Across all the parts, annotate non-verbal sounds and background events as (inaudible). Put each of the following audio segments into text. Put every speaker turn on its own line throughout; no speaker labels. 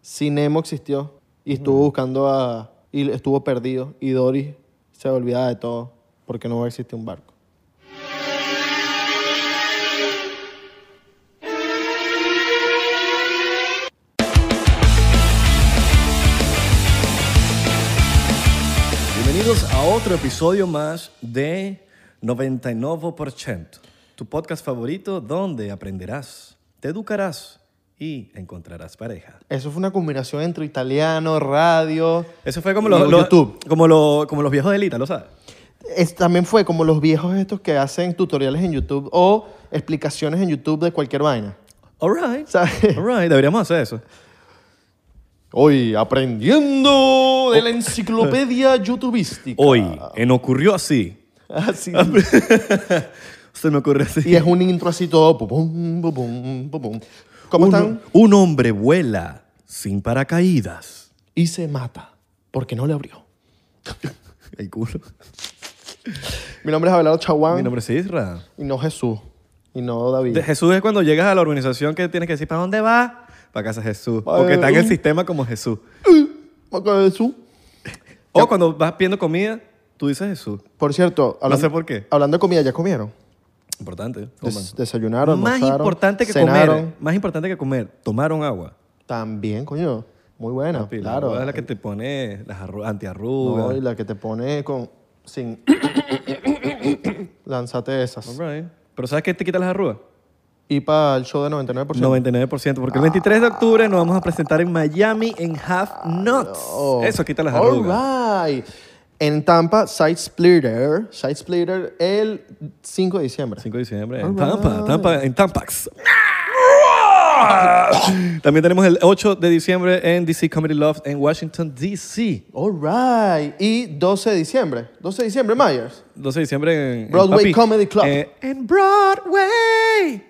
si Nemo existió y estuvo buscando a. y estuvo perdido y Doris se olvidaba de todo porque no va a existir un barco.
Bienvenidos a otro episodio más de 99%, tu podcast favorito donde aprenderás, te educarás y encontrarás pareja.
Eso fue una combinación entre italiano, radio.
Eso fue como
y
los, los-
YouTube.
como, lo- como los viejos de Elita, ¿lo sabes?
Es- también fue como los viejos estos que hacen tutoriales en YouTube o explicaciones en YouTube de cualquier vaina.
All right.
¿Sabes?
All right, deberíamos hacer eso.
Hoy aprendiendo de la (laughs) enciclopedia youtubística.
Hoy, en Ocurrió Así,
(laughs) Así.
se me ocurre así.
Ah, y es un intro así todo. pum, pum, pum, pum, pum, pum. ¿Cómo
un,
están?
un hombre vuela sin paracaídas.
Y se mata porque no le abrió.
El culo.
Mi nombre es Abelardo Chaguán.
Mi nombre es Isra.
Y no Jesús. Y no David.
De- Jesús es cuando llegas a la organización que tienes que decir, ¿para dónde vas? Para casa Jesús.
Pa'
Porque está en el
un-
sistema como Jesús.
Porque Jesús.
O cuando vas pidiendo comida, tú dices Jesús.
Por cierto, hablando,
sé por qué.
hablando de comida, ¿ya comieron?
Importante.
Des-
coman.
desayunaron,
Más
almorzaron,
importante que
cenaron.
comer. Más importante que comer. Tomaron agua.
También, coño. Muy buena,
Papi, la
claro.
agua es la que te pone las arru-
No,
antiarrugas.
y la que te pone con...
(coughs)
Sin... Lánzate esas.
All right. Pero ¿sabes qué te quita las arrugas?
Y para el show de 99%.
99%, porque el 23 de octubre nos vamos a presentar en Miami en Half Nuts.
Oh.
Eso quita las
All
arrugas.
right. En Tampa, Side Splitter. Side Splitter el 5 de diciembre.
5 de diciembre en
All
Tampa,
right.
Tampa, en Tampax. (laughs) También tenemos el 8 de diciembre en DC Comedy Loft en Washington, D.C.
All right. Y 12 de diciembre. 12 de diciembre, Myers.
12 de diciembre en- en
Broadway
Papi.
Comedy Club.
Eh, en Broadway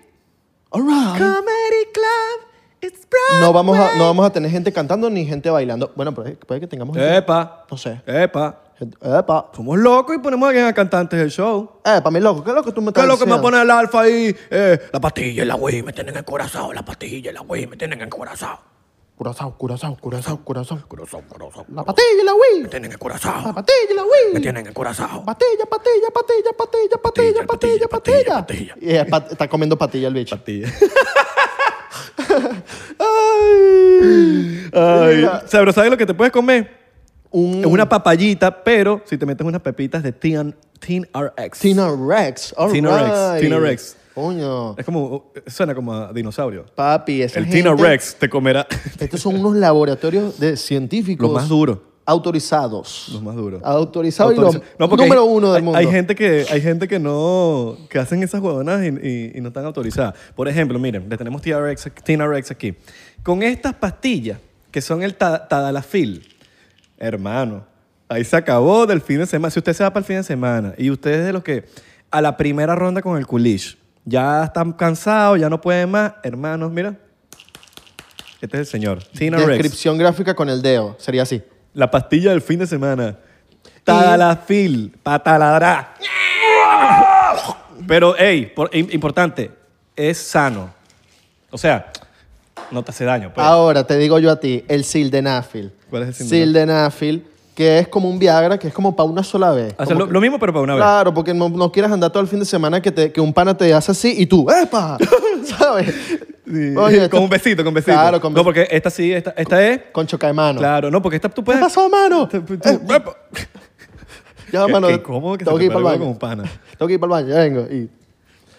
All right.
Comedy Club. It's Broadway.
No vamos, a, no vamos a tener gente cantando ni gente bailando. Bueno, pero puede que tengamos gente.
Epa.
No sé.
Epa.
Gente- Epa.
Somos locos y ponemos a alguien a cantantes del show.
Epa, mi loco. ¿Qué es lo que tú me
¿Qué
estás
es lo que me
diciendo?
pone el alfa ahí? Eh, la pastilla y la güey me tienen encorazado. La pastilla y la güey me tienen encorazado.
Curazao, curazao, curazao, curazao.
Corazón, corazón.
La patilla, la
Me
Wii.
tienen
La
encorazado.
patilla, la Wii.
Me tienen encorazado.
Patilla, patilla, patilla, patilla, patilla, patilla,
Patilla, patilla,
patilla.
patilla, patilla.
Y es pat- está comiendo patilla el bicho.
(laughs) Pastilla.
Ay.
Ay.
Mira.
O sea, pero ¿sabes lo que te puedes comer?
Un
Es una papayita, pero si te metes unas pepitas de Teen, Teen RX.
Tina Rex. all
Tina Rex,
right.
Tina Rex.
Coño.
Es como, suena como a dinosaurio.
Papi, esa
El
gente-
Tina Rex te comerá.
Estos son unos laboratorios de científicos.
Los más duros.
Autorizados.
Los más duros.
Autorizados y
Autoriza-
los
No, porque
número
hay-
uno del
hay-
mundo.
Hay gente que, hay gente que no, que hacen esas huevonas y, y- y no están autorizadas. Por ejemplo, miren, le tenemos TRX, TNRX aquí. Con estas pastillas, que son el ta- Tadalafil, hermano, ahí se acabó del fin de semana. Si usted se va para el fin de semana y usted es de los que a la primera ronda con el culish, ya están cansados, ya no pueden más, hermanos, mira. Este es el señor, TNRX.
Descripción gráfica con el dedo. Sería así.
La pastilla del fin de semana. Tadalafil, pataladrá. Pero, hey, por- im- importante, es sano. O sea, no te hace daño. pues. Pero,
Ahora te digo yo a ti, el sildenafil.
¿Cuál es el
sildenafil? que es como un Viagra, que es como para una sola vez.
o sea,
Como
lo,
que-
lo mismo, pero para una vez.
Claro, porque no, no quieras andar todo el fin de semana que, te- que un pana te hace así y tú,
(laughs)
¡epa! ¿Sabes?
Sí,
Oye, esto-
(laughs) con un besito, con un besito.
Claro, con
No,
besito.
porque esta sí, esta, esta es.
Con choca de mano.
Claro, no, porque esta tú puedes.
¿Qué pasó, mano?
Tú- tú-
Eh,
¡Epa!
Ya,
(laughs) Qué-
mano,
qué incómodo que se
tengo
te
que ir para
pare
el
algo
baño.
con un pana.
Tengo que ir para el baño, ya vengo. Y...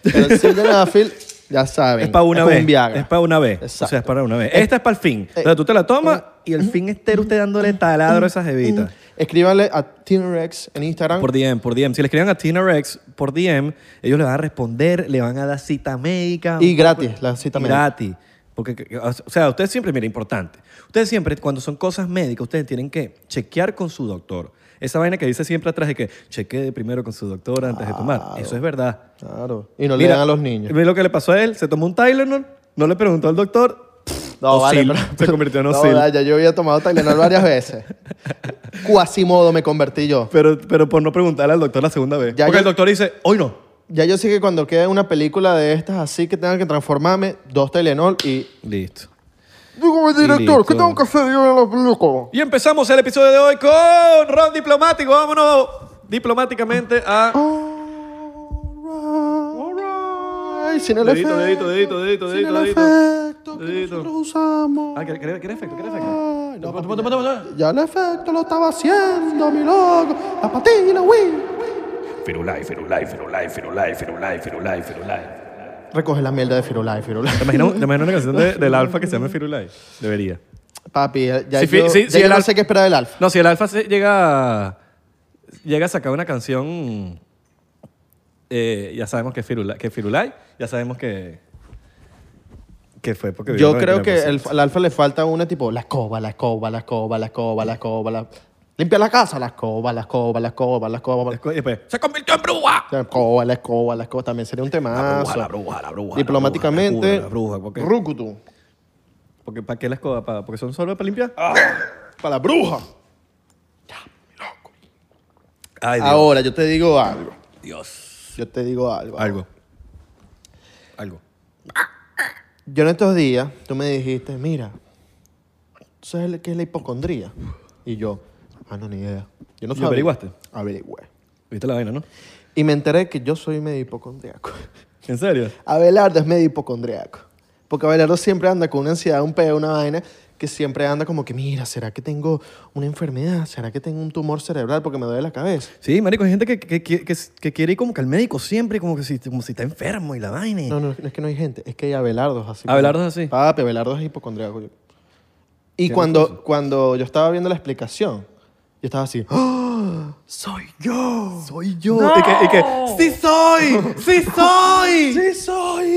Pero el sildenafil, ya saben.
Es para una
como
vez.
un Viagra.
Es para una vez. O sea, es
Exacto. Eh,
para una vez. Esta es para el fin. O sea, tú te la tomas y el fin entero usted dándole taladro a esas jevitas.
Escríbanle a Tinerex en Instagram.
Por DM, por DM. Si le escriben a Tina Rex por DM, ellos le van a responder, le van a dar cita médica.
pues. Y gratis, la cita
Y
médica.
Gratis. Porque, o sea, ustedes siempre, mira, importante. Ustedes siempre, cuando son cosas médicas, ustedes tienen que chequear con su doctor. Esa vaina que dice siempre atrás de que chequee primero con su doctor antes de tomar. Eso es verdad.
Claro. Y no le
Mira,
dan a los niños.
Ve lo que le pasó a él. Se tomó un Tylenol, no le preguntó al doctor.
No, vale,
Osil.
pero-
Se convirtió en
No,
Osil.
vaya, (laughs) yo había tomado Tylenol varias (laughs) veces. Cuasimodo me convertí yo.
pero, pero por no preguntarle al doctor la segunda vez.
Ya
Porque
yo-
el doctor dice, hoy no.
Ya yo sé que cuando quede una película de estas así que tenga que transformarme, dos Tylenol y
Listo.
Dígame, director, ¿qué tengo que hacer yo en la película?
Y empezamos el episodio de hoy con Ron Diplomático. Vámonos diplomáticamente a.
Ay, sin el
Dedito,
efecto.
dedito, dedito, dedito,
sin el
dedito.
efecto que
Dedito.
nosotros usamos.
Ah, ¿qué, qué, qué efecto? ¿Qué efecto?
Ay, no, papi, Ya el efecto lo estaba haciendo, mi loco. La patilla, güey.
Firulai, Firulai, Firulai, Firulai, Firulai, Firulai, Firulai.
Recoge la mierda de Firulai, Firulai.
¿Te imaginas, te imaginas una canción de- del Alfa que se llama Firulai? Debería.
(laughs) Papi, ya
Si fi-
yo,
si-
ya
si
yo
el
no
al-
sé qué esperar del Alfa.
No, si el Alfa se- llega, llega a sacar una canción, eh, ya sabemos que es Firulai, que es Firulai, ya sabemos que, que fue porque... vio
Yo
lo
creo
pues,
que
pasó.
el- al Alfa le falta una tipo, la escoba, la escoba, la escoba, la escoba, la escoba, la... Limpia la casa, la escoba, la escoba, la escoba, la escoba, la
Después- después, ¡Se convirtió en bruja!
escoba, la escoba, la escoba. También sería un
La
temazo.
bruja, la bruja, la bruja.
Diplomáticamente,
la bruja, la bruja, ¿por qué?
Rúcutu.
Porque, ¿Para qué la escoba? ¿Para- ¿Porque son solo para limpiar?
Para la bruja.
Ay, Dios.
Ahora, yo te digo algo.
Dios.
Yo te digo algo.
Algo. Algo.
Yo en estos días, tú me dijiste, mira, ¿tú sabes qué es la hipocondría? Y yo, ah, no, ni idea. Yo no
¿Y
sabía.
averiguaste?
Averigüé.
¿Viste la vaina, no?
Y me enteré que yo soy medio hipocondriaco. (laughs)
¿En serio?
Abelardo es medio hipocondriaco. Porque Abelardo siempre anda con una ansiedad, un peo, una vaina, que siempre anda como que, mira, ¿será que tengo una enfermedad? ¿Será que tengo un tumor cerebral porque me duele la cabeza?
Sí, marico, hay gente que, que, que, que- que quiere ir como que al médico siempre, como que si, como si está enfermo y la vaina. y-
(laughs) No, no, no es que no hay gente, es que Abelardo es así.
Abelardo es así.
Papi, Abelardo es hipocondriaco. yo. Y cuando, cuando yo estaba viendo la explicación, yo estaba así, ¡Ah!
Soy yo. Soy yo. Y, que, y que, sí soy, (laughs) sí soy. sí soy.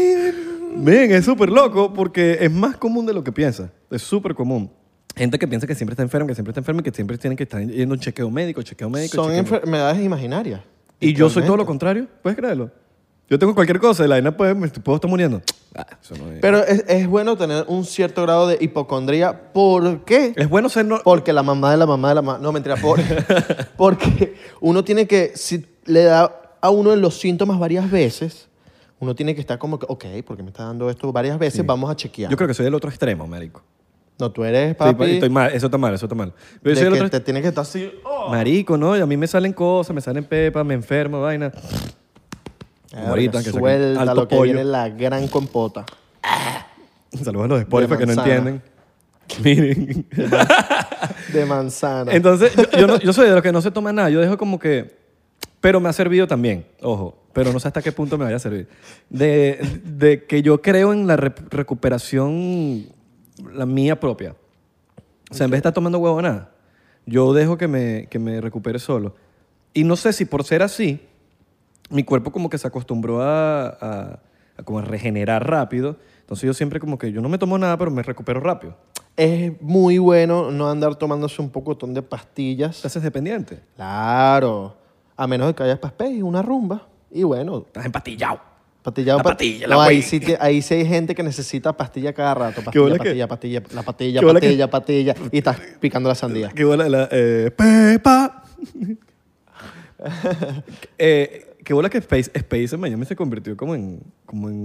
Ven, es súper loco porque es más común de lo que piensa. Es súper común. Gente que piensa que siempre está enfermo, que siempre está enfermo y que siempre tienen que estar yendo a un chequeo médico, chequeo médico.
son
chequeo médico.
enfermedades imaginarias.
Y yo soy todo lo
Literalmente.
contrario. ¿Puedes creerlo? Yo tengo cualquier cosa y la vaina puede, me puedo estar muriendo. Ah, eso no es.
Pero es, es bueno tener un cierto grado de hipocondría. ¿Por qué?
es bueno ser... No,
Porque la mamá de la mamá de la mamá. No, mentira,
(laughs)
por, porque uno tiene que. Si le da a uno los síntomas varias veces, uno tiene que estar como que, ok, porque me está dando esto varias veces, vamos a chequear.
yo creo que soy del otro extremo, marico.
no, tú eres
Estoy-
papi.
estoy mal, eso está mal, eso está mal. Pero yo
de
soy del
que
otro
te tienes que estar así. oh.
Marico, ¿no? Y a mí me salen cosas, me salen pepas, me enfermo, vaina. (laughs)
Verga,
Ahorita que saquen
suelta
alto
lo que
pollo.
viene la gran compota.
Saludos a los de Spotify
De
que no
manzana.
entienden. (laughs) Miren.
De manzana.
Entonces, yo, yo no- yo soy de los que no se toma nada. Yo dejo como que... Pero me ha servido también, ojo. Pero no sé hasta qué punto me vaya a servir. De, de que yo creo en la re- recuperación la mía propia. O sea, en vez de estar tomando huevonada, yo dejo que me, que me recupere solo. Y no sé si por ser así, mi cuerpo como que se acostumbró a, a- a como a regenerar rápido. Entonces yo siempre como que yo no me tomo nada, pero me recupero rápido.
es muy bueno no andar tomándose un pocotón de pastillas.
Te haces dependiente.
Claro. A menos de que vayas para y una rumba. Y bueno,
Estás empatillado.
pastillado.
La
pa-
patilla,
no,
la
ahí
wey.
sí, te- ahí sí hay gente que necesita pastilla cada rato. Pastilla,
bola que-
pastilla, pastilla, la pastilla,
qué bola que-
pastilla, pastilla. Y estás picando la sandía.
Qué bola la... eh, Pepa. (laughs) eh, qué bola que Space, Space en Miami se convirtió como en, como en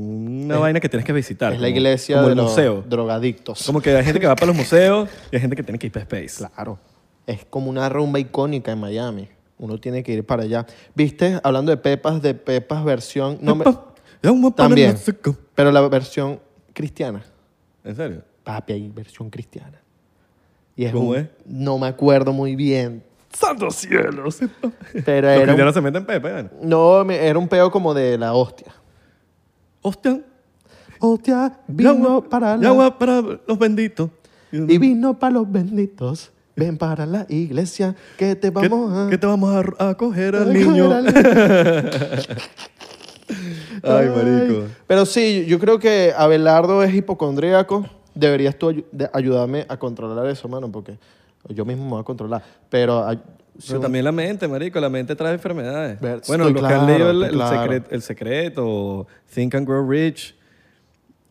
una vaina que tienes que visitar.
Es la
como-
iglesia
como
de
el
los
museo.
drogadictos.
Como que hay gente que va para los museos y hay gente que tiene que ir para Space.
Claro. Es como una rumba icónica en Miami. Uno tiene que ir para allá. ¿Viste? Hablando de Pepas, de Pepas versión... No me- También. Pero la versión cristiana.
¿En serio?
Papi, hay versión cristiana. Y es
¿Cómo
un-
es?
No me acuerdo muy bien.
¡Santos cielos!
(laughs) Pero
Los
era un,
cristianos se meten Pepa, bueno.
no, me- era un peo como de la hostia.
Hostia.
Hostia, vino
agua-
para
y
la...
agua para los benditos.
Y vino para los benditos. Ven para la iglesia que te
¿Qué,
vamos a...
qué te vamos a, ro- a coger
(laughs)
al
a
niño?
comer al niño.
(laughs) Ay, marico.
Pero sí, yo creo que Abelardo es hipocondríaco. Deberías tú ayu- de- ayudarme a controlar eso, mano, porque yo mismo me voy a controlar. Pero... ay, si
Pero
un-
también la mente, marico. La mente trae enfermedades.
Ver-
bueno,
estoy
los que
claro,
han leído el,
estoy
el
claro.
secret- El secreto, o Think and Grow Rich,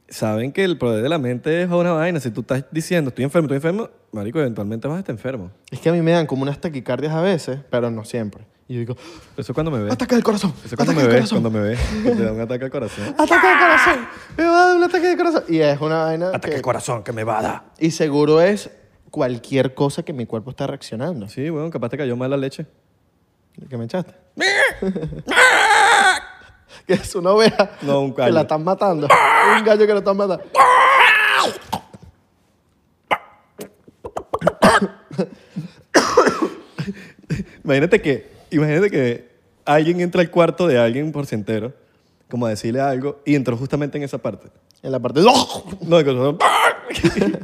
saben que el poder de la mente es una vaina. Si tú estás diciendo, estoy enfermo, estoy enfermo, marico, eventualmente vas a estar enfermo.
Es que a mí me dan como unas taquicardias a veces, pero no siempre. Y yo digo,
Eso es cuando me ve. Eso
ataque del corazón,
es
ataque
cuando me
del
ve,
corazón,
cuando me ve. que Te da un ataque al corazón.
ataque del corazón, me va a dar un ataque de corazón. Y es una vaina que-
corazón que me va a dar.
Y seguro es cualquier cosa que mi cuerpo está reaccionando.
Sí, bueno, capaz te cayó mal la leche.
¿Qué me echaste? (laughs) que es una oveja
No, un
que
gallo.
la están matando. un gallo que la están matando.
Imagínate que, imagínate que alguien entra al cuarto de alguien por si entero, como a decirle algo, y entró justamente en esa parte.
En la parte ¡oh! de...
No, de corazón.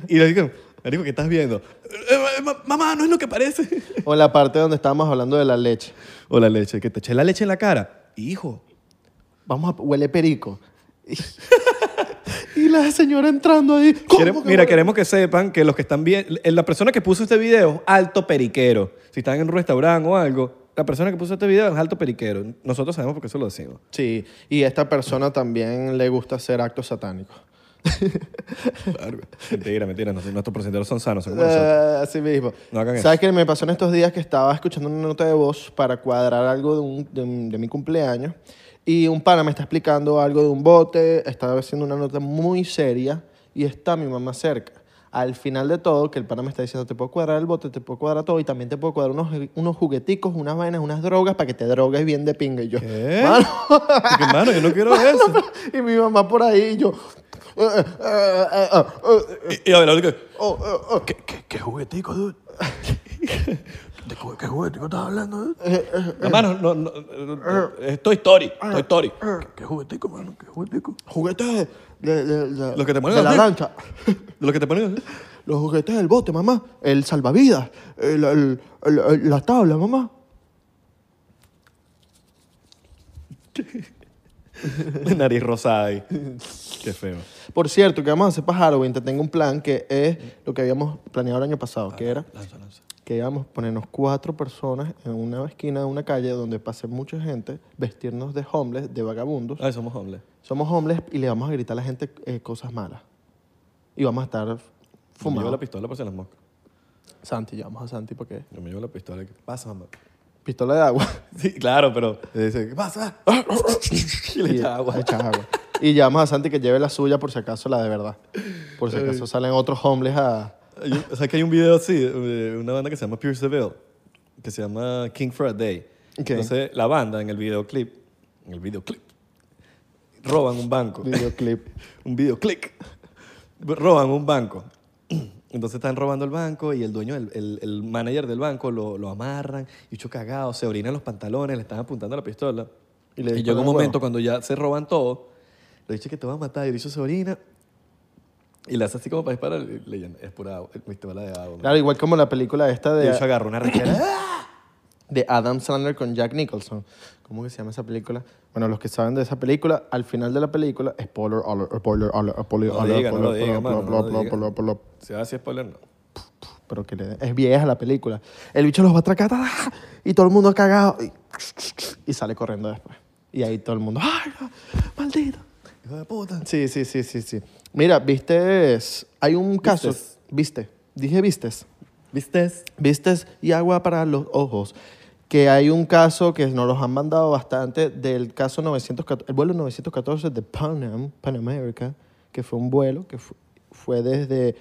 y le digo, marico, ¿qué estás viendo? "Eh, eh, ma- Mamá, no es lo que parece.
O en la parte donde estábamos hablando de la leche.
O la leche, que te eché la leche en la cara. Hijo,
Vamos a... Huele perico. y (laughs) la señora entrando ahí. ¿cómo
Quere-
que
mira,
huele?
queremos que sepan que los que están bien, la persona que puso este video, alto periquero. Si están en un restaurante o algo, la persona que puso este video es alto periquero. Nosotros sabemos por qué eso lo decimos.
Sí, y a esta persona también le gusta hacer actos satánicos.
Mentira, mentira. nos- Nuestros presentadores son sanos, son como nosotros.
Eh, Así mismo.
No hagan
¿Sabes qué me pasó en estos días? Que estaba escuchando una nota de voz para cuadrar algo de, un- de un- de mi cumpleaños y un pana me está explicando algo de un bote, estaba haciendo una nota muy seria y está mi mamá cerca. Al final de todo, que el pana me está diciendo, te puedo cuadrar el bote, te puedo cuadrar todo y también te puedo cuadrar unos, unos jugueticos, unas vainas, unas drogas para que te drogues bien de pinga. Y yo,
¿Qué?
"Mano". (laughs)
Porque, hermano, yo no quiero eso.
y mi mamá por ahí y yo... "Eh, eh, eh, eh, eh, eh,
Y, y a ver, la única-
oh, eh, oh".
¿Qué, qué, qué juguetico, dude? (laughs) ¿De cu- qué juguetico estás hablando, dude?
Eh,
hermano, no, no, no, es Toy Story, Toy Story.
¿Qué, qué juguetico, mano? ¿Qué juguetico?
juguetes de, de, de- de-
Los que te ponen
de la
así.
lancha. (laughs)
Lo que te ponen.
Los juguetes del bote, mamá. El salvavidas. El- el- el- el- la tabla, mamá.
La (laughs) nariz rosada ahí. Qué feo.
Por cierto, que vamos a hacer para Halloween. Te tengo un plan que es lo que habíamos planeado el año pasado, que era que íbamos a ponernos cuatro personas en una esquina de una calle donde pase mucha gente, vestirnos de homeless, de vagabundos.
Ay, Ah, somos hombres.
Somos homeless y le vamos a gritar a la gente eh, cosas malas. Y vamos a estar
Yo me llevo la
fumados.
pistola por si las moscas.
Santi, llamamos a Santi porque...
Yo me llevo la pistola. ¿Qué pasa, mamá?
Pistola de agua.
Sí, claro, pero. le dice, ¿qué pasa? (laughs) y le
Y
echa agua.
le echas agua. Y llamamos a Santi que lleve la suya por si acaso la de verdad. Por si acaso salen otros hombres a...
Hay un- O sea, que hay un video así de una banda que se llama Pierce the Veil, que se llama King for a Day.
Ok.
Entonces, la banda en el videoclip, en el videoclip, roban un banco.
Videoclip.
un videoclip. Roban un banco. Entonces están robando el banco y el dueño, el, el- el manager del banco, lo, lo amarran y hecho cagado, se orina en los pantalones, le están apuntando la pistola.
Y
Y,
le
llega
disparan
un
huevo.
momento cuando ya se roban todo, le dice que te va a matar y el bicho se orina y le hace así como para disparar, le, le llena- es pura agua, es pistola de agua. man.
Claro, igual como la película esta
Y el bicho
de,
agarra una (coughs) rechera.
de Adam Sandler con Jack Nicholson. ¿Cómo que se llama esa película? Bueno, los que saben de esa película, al final de la película, spoiler alert, spoiler alert, spoiler
No lo
alert,
diga, no lo
spoiler,
diga,
bla,
mano,
bla,
no lo
bla,
diga.
bla, bla, bla.
se va así spoiler, no.
Pero que le den- es vieja la película. El bicho los va a atracar ta, ta, y todo el mundo cagado y, y sale corriendo después. Y ahí todo el mundo, ¡ay, no! maldito!
Hijo de puta.
Sí, sí, sí, sí, sí. Mira, vistes, hay un caso,
Vistes.
viste, dije vistes,
¿Viste?
vistes y agua para los ojos, que hay un caso que nos los han mandado bastante del caso 914, el vuelo 914 de Pan Am, Pan America, que fue un vuelo que fu- fue desde,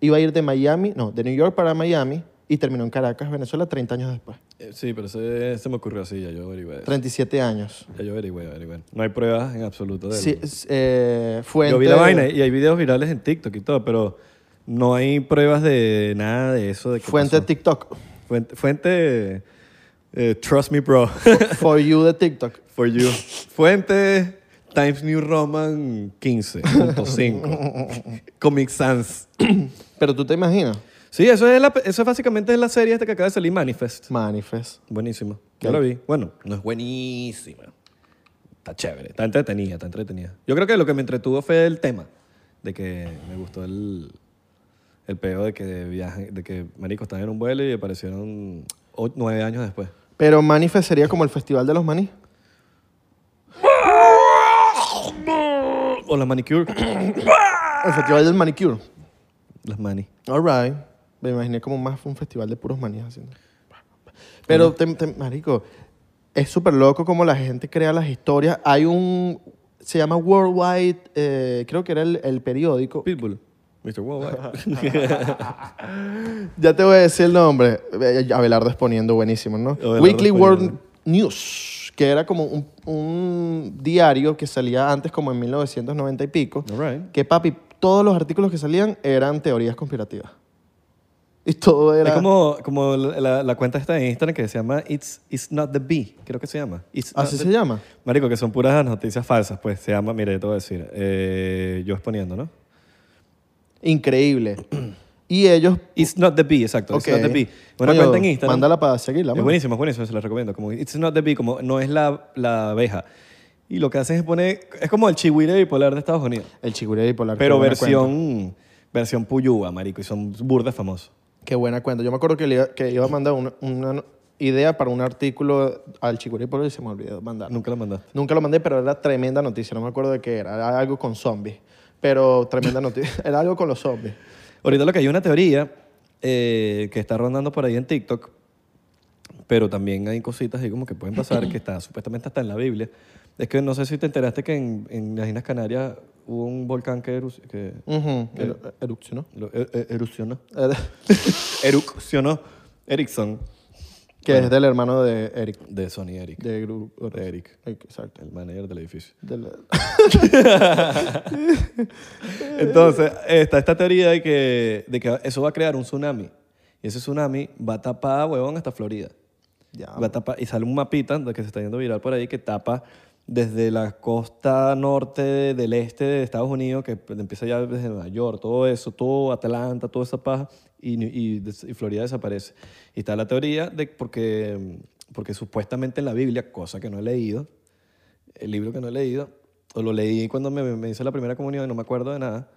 iba a ir de Miami, no, de New York para Miami y terminó en Caracas, Venezuela, 30 años después,
Eh, Sí, pero se, se me ocurrió así, ya yo averigué. eso.
37 años.
Ya yo averigué, averigué. No hay pruebas en absoluto de
Sí,
eso.
es, eh, fuente,
Yo vi la vaina y hay videos virales en TikTok y todo, pero no hay pruebas de nada de eso. De que
fuente
pasó.
TikTok,
Fuente, fuente eh, Trust Me Bro, (laughs)
for you de TikTok.
for you. Fuente Times New Roman 15.5. Comic Sans.
Pero tú te imaginas,
Sí, eso es, la, eso es básicamente la serie esta que acaba de salir, Manifest.
Manifest.
Buenísima.
¿Qué?
Yo la vi. Bueno, no es buenísima. Está chévere, está entretenida, está entretenida. Yo creo que lo que me entretuvo fue el tema, de que me gustó el, el peo de que viajan, de que marico están en un vuelo y aparecieron o- nueve años después.
Pero Manifest sería como el Festival de los Maní.
O las manicure, (coughs)
El Festival del Manicure.
las mani.
All right. Me imaginé como más un festival de puros manías haciendo. Pero, te- te- marico, es súper loco como la gente crea las historias. Hay un, se llama Worldwide, eh, creo que era el, el periódico.
Pitbull. Mr. Worldwide.
Ya te voy a decir el nombre. Eh, Abelardo exponiendo, buenísimo, ¿no?
Abelardo
Weekly
exponiendo.
World News, que era como un, un diario que salía antes como en 1990 y pico,
(laughs) All right.
que papi, todos los artículos que salían eran teorías conspirativas. Y todo era...
Es como, como la, la- la cuenta esta de Instagram que se llama It's, It's Not the Bee, creo que se llama. It's Not
Así
the-
se llama.
Marico, que son puras noticias falsas, pues se llama, mire, te voy a decir, eh, yo exponiendo, ¿no?
Increíble.
(clears throat)
y ellos...
It's Not the Bee, exacto.
Ok.
It's Not the Bee. Una
Coño,
cuenta en Instagram.
Mándala para seguirla.
Es
mano.
buenísimo, es buenísimo, se lo recomiendo. Como It's Not the Bee, como no es la, la abeja. Y lo que hacen es poner, es como el chihuire bipolar de Estados Unidos,
El chiguré bipolar. qué
pero
buena cuenta.
versión, versión puyúa, marico, y son burdas famosos.
Qué buena cuenta. Yo me acuerdo que, le iba, que iba a mandar una, una idea para un artículo al chiguré bipolar y se me olvidó mandar.
Nunca la mandaste.
Nunca lo mandé, pero era tremenda noticia. No me acuerdo de qué era. Era algo con zombies. Pero tremenda noticia. (laughs) era algo con los zombies.
Ahorita lo que hay una teoría eh, que está rondando por ahí en TikTok, pero también hay cositas ahí como que pueden pasar, que está supuestamente hasta en la Biblia. Es que no sé si te enteraste que en, en las Islas Canarias hubo un volcán que, eru- que
Ujú. Eru- Erupcionó.
lo- e- e- erupcionó.
Era-
Erupcionó Ericsson
que es del hermano de Eric.
de Sony Eric,
De, Gru-
de Eric,
Exacto.
el manager del edificio.
De la-
Entonces, está esta teoría de que, de que eso va a crear un tsunami. Y ese tsunami va a tapar, huevón, hasta Florida.
Ya.
Va a tapar- y sale un mapita de que se está yendo viral por ahí que tapa desde la costa norte del este de Estados Unidos, que empieza ya desde Nueva York, todo eso, todo Atlanta, toda esa paja, y, New- y des- y Florida desaparece. Y está la teoría de porque, porque supuestamente en la Biblia, cosa que no he leído, el libro que no he leído, o lo leí cuando me, me hice la primera comunión y no me acuerdo de nada,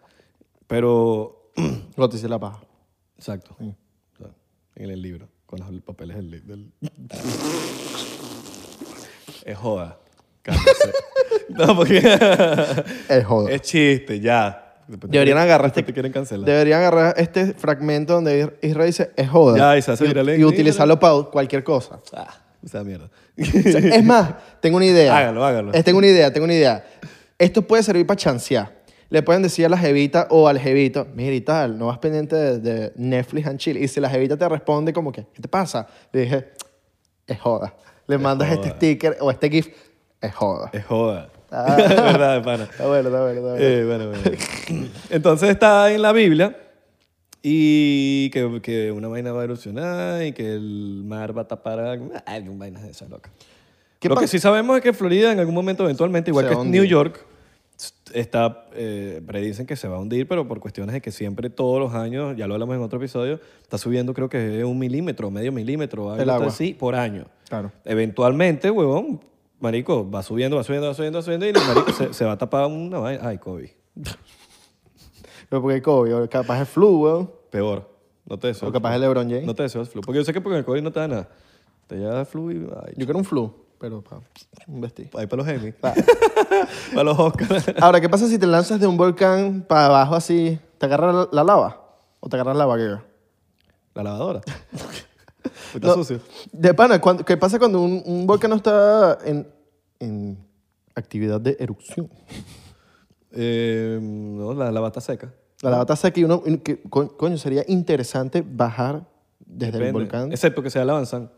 pero...
Lo te hice la paja.
Exacto. O sea, en el libro, con los papeles del... li- del- es joda. Cálmese. (laughs) no, porque...
Es joda.
es chiste, ya. Después te
Deberían
quieren-
agarrar
después
este,
Te quieren cancelar.
Deberían agarrar este fragmento donde Israel dice, es joda.
Ya, y se hace viral en
y utilizarlo para cualquier
(laughs)
cosa.
Ah, o sea, mierda.
O sea, es más, tengo una idea.
(laughs) Hágalo, hágalo.
Eh, tengo una idea, tengo una idea. Esto puede servir para chancear. Le pueden decir a la jevita o al jevito, mira y tal, no vas pendiente de, de Netflix and chill. Y si la jevita te responde como que, ¿qué te pasa? Le dije, es joda. Le mandas este
joda.
sticker o este gif, es joda.
(laughs) es joda. verdad, pana.
Está bueno, está bueno, está bueno.
Eh, bueno, bueno. (laughs) Entonces está en la Biblia y que, que una vaina va a erupcionar y que el mar va a tapar algo. Ay, vainas de esa loca.
¿Qué
Lo
pa-
que sí sabemos es que Florida en algún momento eventualmente, igual
Se
que
va a
New
hundir.
York, s- está, eh, predicen que se va a hundir, pero por cuestiones de que siempre todos los años, ya lo hablamos en otro episodio, está subiendo creo que es un milímetro, medio milímetro, algo
El agua.
así, por año.
Claro.
Eventualmente, huevón, marico, va subiendo, va subiendo, va subiendo, va subiendo y marico se, se va a tapar una vaina. Ay, COVID.
Pero porque COVID, capaz es flu, weón.
Peor. No te deseo.
O capaz es LeBron James.
No te deseo el flu. Porque yo sé que porque el COVID no te da nada. Te da flu y... Ay,
Yo quiero un flu, pero pa, un
(laughs)
vestido.
ahí para los Emmy. para los Oscars.
Ahora, ¿qué pasa si te lanzas de un volcán para abajo así? ¿Te agarra la, la lava? ¿O te agarras la vaguera?
La lavadora. (laughs) Está
No,
sucio.
De pana, cuan- ¿qué pasa cuando un, un volcán no está en, en actividad de erupción?
Eh, no, la lava está seca.
La lava está seca y uno... y que, co- coño, sería interesante bajar desde el
Depende.
volcán.
Excepto que sea
(laughs)
la avanzan.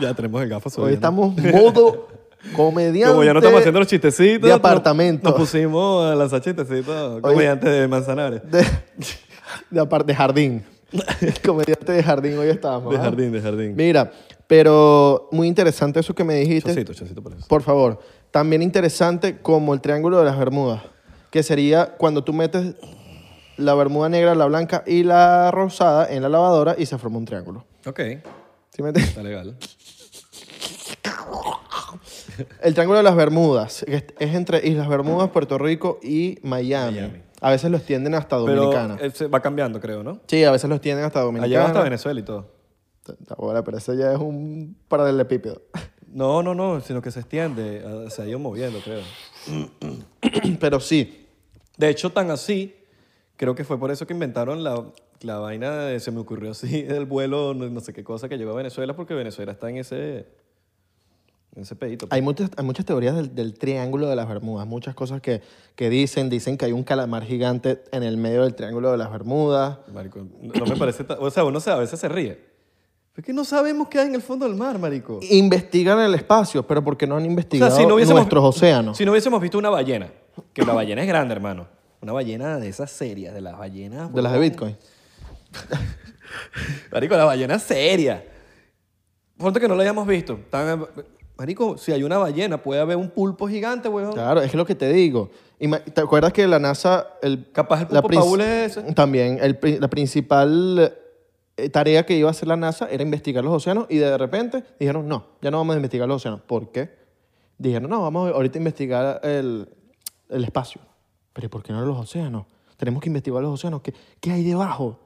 ya tenemos el gafo subiendo.
Hoy estamos modo comediante.
(laughs) Como ya no estamos haciendo los chistecitos.
de
no-
apartamento.
Nos pusimos a lanzar chistecitos comediantes de Manzanares.
De, de, apar- de jardín. (laughs) comediante de jardín hoy estábamos.
De
¿ah?
jardín, de jardín.
Mira, pero muy interesante eso que me dijiste.
Chocito, chocito por eso.
Por favor, también interesante como el triángulo de las Bermudas, que sería cuando tú metes la Bermuda negra, la blanca y la rosada en la lavadora y se forma un triángulo.
Ok,
¿Sí me
(laughs)
entiendes?
está legal.
El triángulo de las Bermudas que es es entre Islas Bermudas, Puerto Rico y Miami.
Miami.
A veces los tienden hasta Dominicana.
Pero eh, se va cambiando, creo, ¿no?
sí, a veces los tienden hasta
Ha
Dominicana.
llegado hasta Venezuela y todo.
Ta- Ahora, pero eso ya es un paralelepípedo. (clears throat)
No, no, no, sino que se extiende, eh, se ha ido moviendo, creo.
pero sí,
De hecho, tan así Creo que fue por eso que inventaron la, la vaina, de- se me ocurrió así, (laughs) del vuelo, no, no sé qué cosa, que llegó a Venezuela, porque Venezuela está en ese, en ese pedito. pues.
Hay muchas, hay muchas teorías del, del triángulo de las Bermudas, muchas cosas que, que dicen. Dicen que hay un calamar gigante en el medio del triángulo de las Bermudas.
Marico, no no me parece... ta- O sea, uno se- a veces se ríe. Es que no sabemos qué hay en el fondo del mar, marico.
Investigan el espacio, pero ¿por qué no han
O sea,
investigado
si no hubiésemos-
nuestros océanos?
Si no hubiésemos visto una ballena, que la ballena es grande, hermano. Una ballena de esas serias, de las ballenas.
de las de
huevón.
Bitcoin.
Marico, la ballena es seria. Ponte que no la hayamos visto. Tan- Marico, si hay una ballena, puede haber un pulpo gigante, weón.
Claro, es lo que te digo. Ima- ¿Te acuerdas que la NASA... El,
Capaz el
la
pulpo
princi-
paúl es ese.
También. el pri- la principal eh, tarea que iba a hacer la NASA era investigar los océanos y de repente dijeron, no, ya no vamos a investigar los océanos. ¿Por qué? Dijeron, no, vamos ahorita a investigar el, el espacio. Pero ¿y ¿por qué no los océanos? Tenemos que investigar los océanos. ¿Qué, qué hay debajo?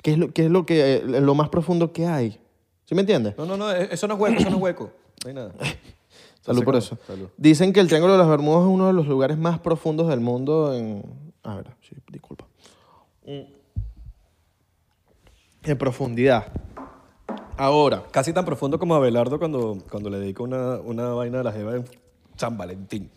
¿Qué es, lo, qué es lo, que, eh, lo más profundo que hay? ¿Sí me entiendes?
No, no, no, eh, eso no es hueco, eso no es hueco. No hay nada.
Salud
Así
por
como-
eso.
salud.
Dicen que el Triángulo de las Bermudas es uno de los lugares más profundos del mundo en... A ver, sí, disculpa. En profundidad. Ahora,
Casi tan profundo como Abelardo cuando, cuando le dedico una, una vaina a la jeva en San Valentín.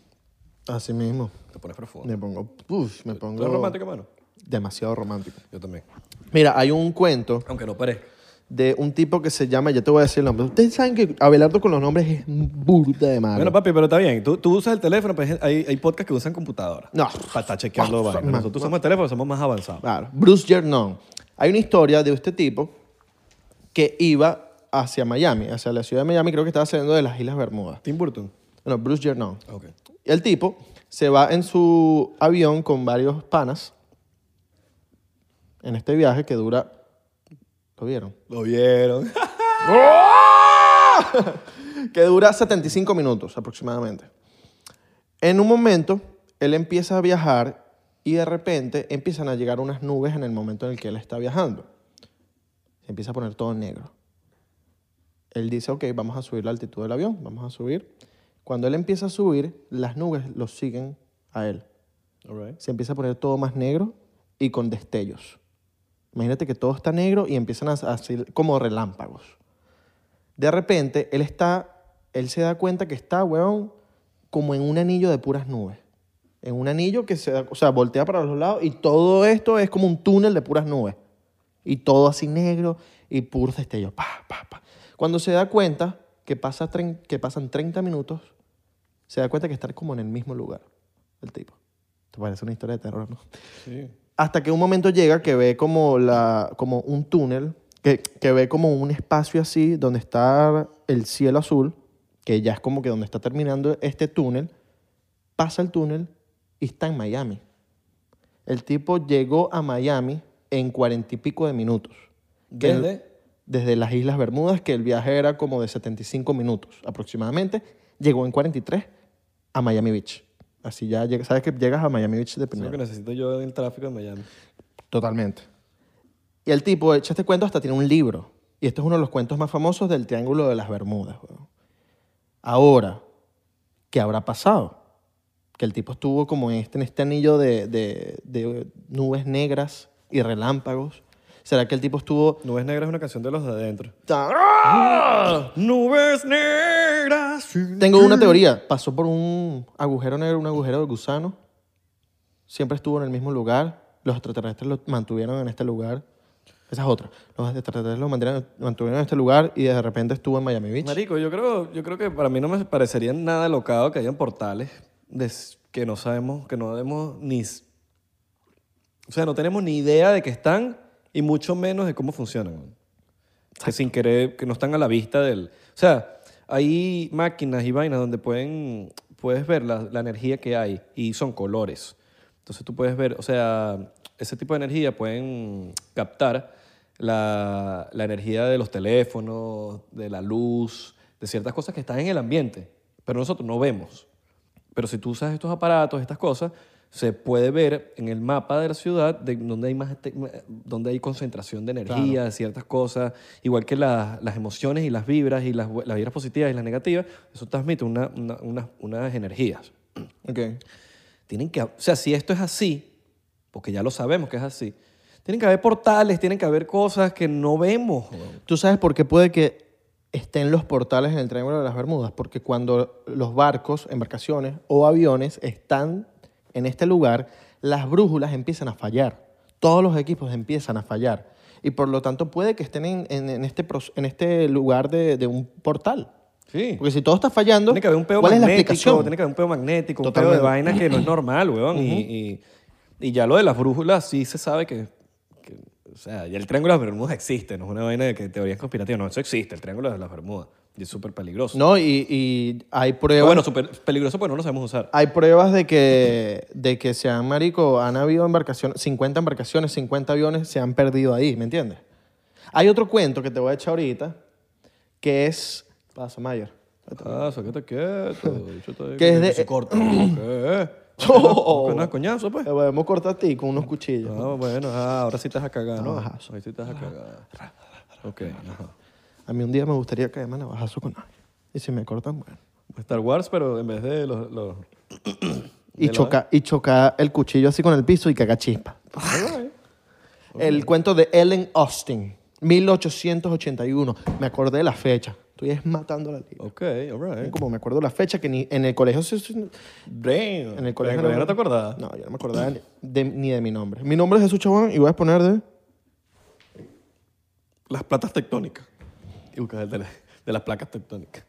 así mismo,
Te pones profundo.
me pongo... Uf, me
¿Tú
pongo...
eres romántico, hermano?
Demasiado romántico.
Yo también.
Mira, hay un cuento
Aunque no parezca.
de un tipo que se llama... Ya te voy a decir el nombre. Ustedes saben que Abelardo con los nombres es burda de madre.
Bueno, papi, pero está bien. Tú, tú usas el teléfono, pero hay, hay podcasts que usan computadora.
No. Ah,
Para estar chequeando vainas.
man.
Nosotros usamos el teléfono, somos más avanzados.
Claro, Bruce Jernon. Hay una historia de este tipo que iba hacia Miami, hacia la ciudad de Miami, creo que estaba saliendo de las Islas Bermudas.
Tim Burton.
No, Bruce Jernon.
Ok.
Y el tipo se va en su avión con varios panas en este viaje que dura... ¿Lo vieron?
Lo vieron.
(laughs) ¡Oh! que dura 75 minutos aproximadamente. En un momento, él empieza a viajar y de repente empiezan a llegar unas nubes en el momento en el que él está viajando. Se empieza a poner todo negro. Él dice, ok, vamos a subir la altitud del avión, vamos a subir. Cuando él empieza a subir, las nubes lo siguen a él.
All
¿eh?
right.
Se empieza a poner todo más negro y con destellos. Imagínate que todo está negro y empiezan a a hacer como relámpagos. De repente, él está, él se da cuenta que está, weón, como en un anillo de puras nubes. En un anillo que se, da- o sea, voltea para los lados y todo esto es como un túnel de puras nubes. Y todo así negro y puros destellos. Pa, pa, pa. Cuando se da cuenta que, pasa tren- que pasan 30 minutos, se da cuenta que está como en el mismo lugar, el tipo. Te parece una historia de terror, ¿no?
Sí.
Hasta que un momento llega que ve como, la, como un túnel, que, que ve como un espacio así donde está el cielo azul, que ya es como que donde está terminando este túnel. Pasa el túnel y está en Miami. El tipo llegó a Miami en cuarenta y pico de minutos. Que él-
¿Desde?
desde las Islas Bermudas, que el viaje era como de 75 minutos aproximadamente. Llegó en 43 a Miami Beach. Así ya, llega- sabes que llegas a Miami Beach de
Eso es
primero.
lo que necesito yo en el tráfico de Miami.
Totalmente. Y el tipo, echa este cuento, hasta tiene un libro. Y esto es uno de los cuentos más famosos del Triángulo de las Bermudas. weón. Ahora, ¿qué habrá pasado? Que el tipo estuvo como en este, en este anillo de, de- de nubes negras y relámpagos. ¿Será que el tipo estuvo...
Nubes Negras es una canción de los de adentro.
¡Ah!
Nubes Negras.
Tengo una teoría. Pasó por un agujero negro, un agujero de gusano. Siempre estuvo en el mismo lugar. Los extraterrestres lo mantuvieron en este lugar. Esa es otra. Los extraterrestres lo mantuvieron, mantuvieron en este lugar y de repente estuvo en Miami Beach.
Marico, yo creo, yo creo que para mí no me parecería nada locado que hayan portales de s- que no sabemos, que no demos ni... s- O sea, no tenemos ni idea de que están y mucho menos de cómo funcionan. Que sin querer, que no están a la vista del... O sea, hay máquinas y vainas donde pueden, puedes ver la, la energía que hay y son colores. Entonces tú puedes ver, o sea, ese tipo de energía pueden captar la, la energía de los teléfonos, de la luz, de ciertas cosas que están en el ambiente, pero nosotros no vemos. Pero si tú usas estos aparatos, estas cosas, se puede ver en el mapa de la ciudad de donde hay más te- donde hay concentración de energía, de ciertas cosas, igual que las- las emociones y las vibras y las, bu- las vibras positivas y las negativas, eso transmite una- una- una- unas energías.
Ok.
Tienen que, o sea, si esto es así, porque ya lo sabemos que es así. Tienen que haber portales, tienen que haber cosas que no vemos. weón.
¿Tú sabes por qué puede que estén los portales en el Triángulo de las Bermudas? Porque cuando los barcos, embarcaciones o aviones están en este lugar, las brújulas empiezan a fallar. Todos los equipos empiezan a fallar. Y por lo tanto puede que estén en, en- en este, pros- en este lugar de, de un portal.
Sí.
Porque si todo está fallando,
Tiene que haber un peo
¿cuál es la
magnético,
explicación?
tiene que haber un peo magnético, un peo de
Totalmente.
vaina que no es normal, weón. Y- y, y ya lo de las brújulas sí se sabe que, que- o sea, ya el Triángulo de las Bermudas existe, no es una vaina de que teorías conspirativas, no, eso existe, el Triángulo de las Bermudas, y es súper peligroso.
No, y, y hay
Pero
pruebas.
bueno, súper peligroso porque no lo sabemos usar.
Hay pruebas de que, de que se han, marico, han habido embarcaciones, 50 embarcaciones, 50 aviones se han perdido ahí, ¿me entiendes? Hay otro cuento que te voy a echar ahorita, que es, pasa Mayer,
Ah, sácate quieto, bicho, está ahí
Que es de- eh,
se corta. ¿Qué?
(clears throat) Oh.
Con unas coñazo, pues.
te podemos cortar a ti con unos cuchillos.
Ah, bueno, ah, ahora sí estás a cagar, ¿no?
Ajá.
Ahí sí estás a cagar. Ok, ajá.
A mí un día me gustaría caerme a navajazo con alguien. Y si me cortan, bueno.
Star Wars, pero en vez de los- los
Y chocar y choca el cuchillo así con el piso y caga chispa. El cuento de Ellen Austin, 1881. Me acordé de la fecha. Estoy es matando la liga.
Ok, alright.
Como me acuerdo la fecha que ni en el colegio se- se-
Damn.
en el colegio
no, te acordabas.
No, yo no me acordaba ni de, ni de mi nombre. Mi nombre es Jesús Chabón y voy a exponer de
Las platas tectónicas. Y buscas el de, la- de las placas tectónicas.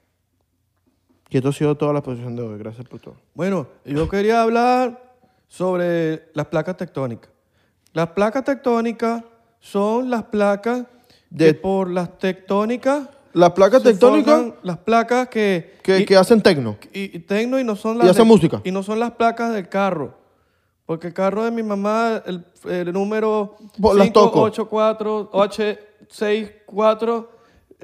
que esto ha sido toda la posición de hoy. Gracias por todo.
Bueno, yo quería hablar sobre las placas tectónicas. Las placas tectónicas son las placas
De-
que por las tectónicas.
Las placas
se
tectónicas-
forman Las placas que.
¿Qué,
y-
qué hacen tecno?
y, y tecno y no son
Y
las
hacen música.
y no son las placas del carro porque el carro de mi mamá el, el número
Bo- Pues las toco.
584 864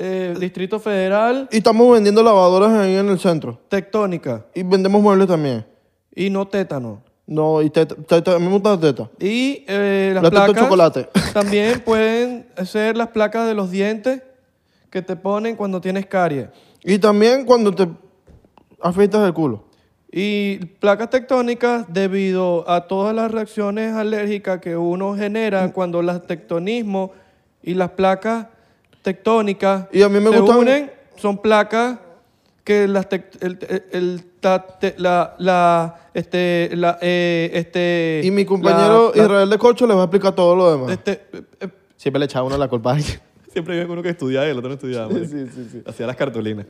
eh, Distrito Federal
Y estamos vendiendo lavadoras ahí en el centro.
tectónica
Y vendemos muebles también.
y no tétano
No, y teta, teta, a mí me gusta la teta.
y eh, las
La teta de
placas
chocolate. (laughs)
también pueden ser las placas de los dientes que te ponen cuando tienes caries
Y también cuando te afeitas el culo.
Y placas tectónicas, debido a todas las reacciones alérgicas que uno
Mm.
genera cuando las tectonismos y las placas tectónicas
Y a mí me
se
gustan-
unen, son placas que las tec- el, el- el ta- te- la, la- este, la, eh, este,
Y mi compañero
la- la-
Israel de Cocho les va a explicar todo lo demás.
este, eh, eh,
Siempre le echaba uno la culpa a alguien.
siempre había uno que estudiaba y el otro no estudiaba. marico. Hacía las
(laughs)
cartulinas.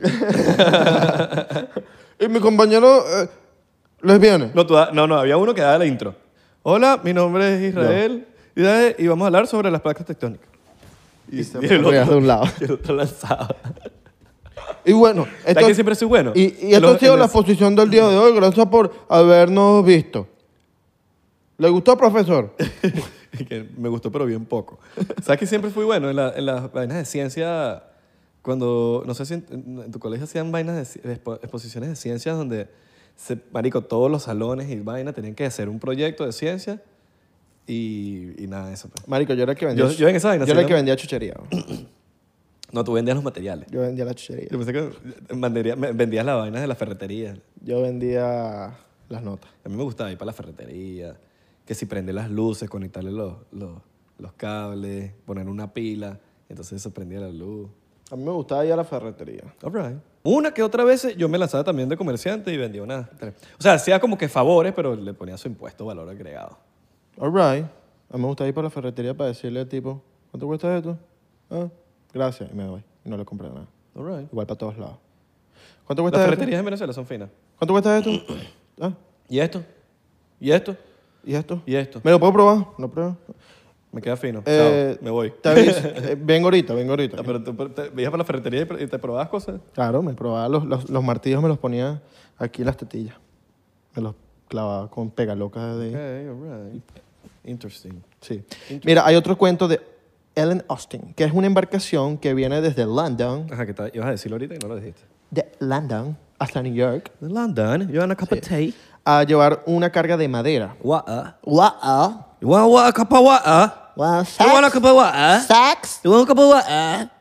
Y mi compañero eh, les viene.
No, tú da- no, no, había uno que daba la intro. Hola, mi nombre es Israel Israel, y vamos a hablar sobre las placas tectónicas. Y,
se ponía de un lado.
y el otro lanzaba.
Y bueno, esto,
que siempre soy bueno.
Y, y esto
Los-
ha sido
en
la
el-
posición del día de hoy. Gracias por habernos visto. ¿Le gustó, profesor?
Y (laughs) que me gustó, pero bien poco. (laughs) ¿Sabes que siempre fui bueno en, la- en las vainas de ciencia? Cuando, no sé si en, en tu colegio hacían vainas de, ci- de expo- exposiciones de ciencias donde, se, marico, todos los salones y vainas tenían que hacer un proyecto de ciencia y, y nada de eso. pues.
Marico, yo era el que vendía.
Yo- yo en esa vaina,
yo era el
sí,
que
¿no?
vendía chuchería. bro.
No, tú vendías los materiales.
Yo vendía la chuchería.
Yo pensé que mandaría- me- vendías las vainas de la ferretería.
Yo vendía las notas.
A mí me gustaba ir para la ferretería, que si prender las luces, conectarle los, los, los cables, poner una pila, entonces eso prendía la luz.
A mí me gustaba ir a la ferretería.
All right. Una que otra vez yo me lanzaba también de comerciante y vendía una... O sea, hacía como que favores, pero le ponía su impuesto valor agregado.
All right. A mí me gusta ir para la ferretería para decirle al tipo, ¿cuánto cuesta esto? Ah, gracias. Y me voy. Y no le compré nada.
All right.
Igual para todos lados. ¿Cuánto
Las
cuesta esto?
ferreterías en Venezuela son finas.
¿Cuánto cuesta esto? Ah,
¿Y esto? ¿Y esto?
¿y esto?
¿Y esto?
¿Me lo puedo probar? No pruebo.
Me queda fino.
Eh,
Chao, me voy.
Te
(laughs)
aviso. Eh, vengo ahorita, vengo ahorita.
Ah, Pero tú pero te, veías para la ferretería y pr- y te probabas cosas.
Claro, me probaba los, los, los martillos, me los ponía aquí en las tetillas. Me los clavaba con pegalocas de...
Okay, all right. Interesting.
Sí. Mira, hay otro cuento de Ellen Austin, que es una embarcación que viene desde London
Ajá, que te ibas a decirlo ahorita y no lo dijiste.
de London hasta New York
De London, yo en a cup of tea.
a llevar una carga de madera.
Wa'a.
Wow.
You want a cup of wa'a?
Wow.
You want a cup of wa'a?
Sacks.
You want a cup of wa'a?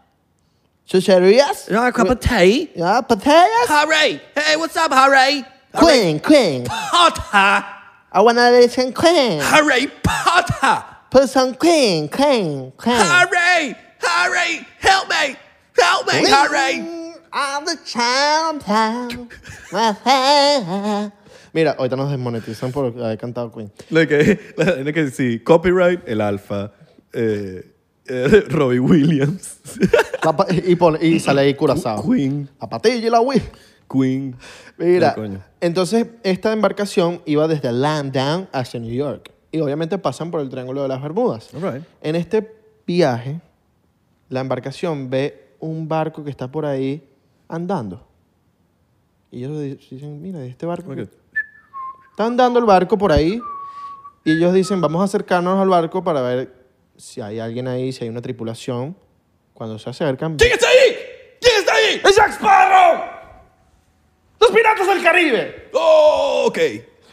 Chucherías. Ah,
You want a cup of tea?
Ya, Patatas.
Hooray! Hey, what's up, hooray?
Queen, Queen.
Hot, huh?
I wanna listen queen.
Harry Potter.
Put some queen, queen, queen.
Harry, Harry, help me, help me, Harry.
I'm the champion. my friend. (laughs) Mira, ahorita nos desmonetizan por haber cantado Queen.
Lo que, la vaina que sí, copyright, el alfa, eh, eh, (laughs) Robbie Williams,
La pa- y, pone- y sale ahí curazao.
Queen.
La patilla y la Wii.
Queen.
Mira,
No, coño.
entonces esta embarcación iba desde Landown hacia New York. Y obviamente pasan por el Triángulo de las Bermudas.
All right.
En este viaje, la embarcación ve un barco que está por ahí andando. Y ellos di- dicen, mira, este barco...
Ok.
Está andando el barco por ahí. Y ellos dicen, vamos a acercarnos al barco para ver si hay alguien ahí, si hay una tripulación. Cuando se acercan...
¿Quién está ahí? ¿Quién está ahí? ¡Es Jack Sparrow!
¡Los piratas del Caribe!
Oh, ok.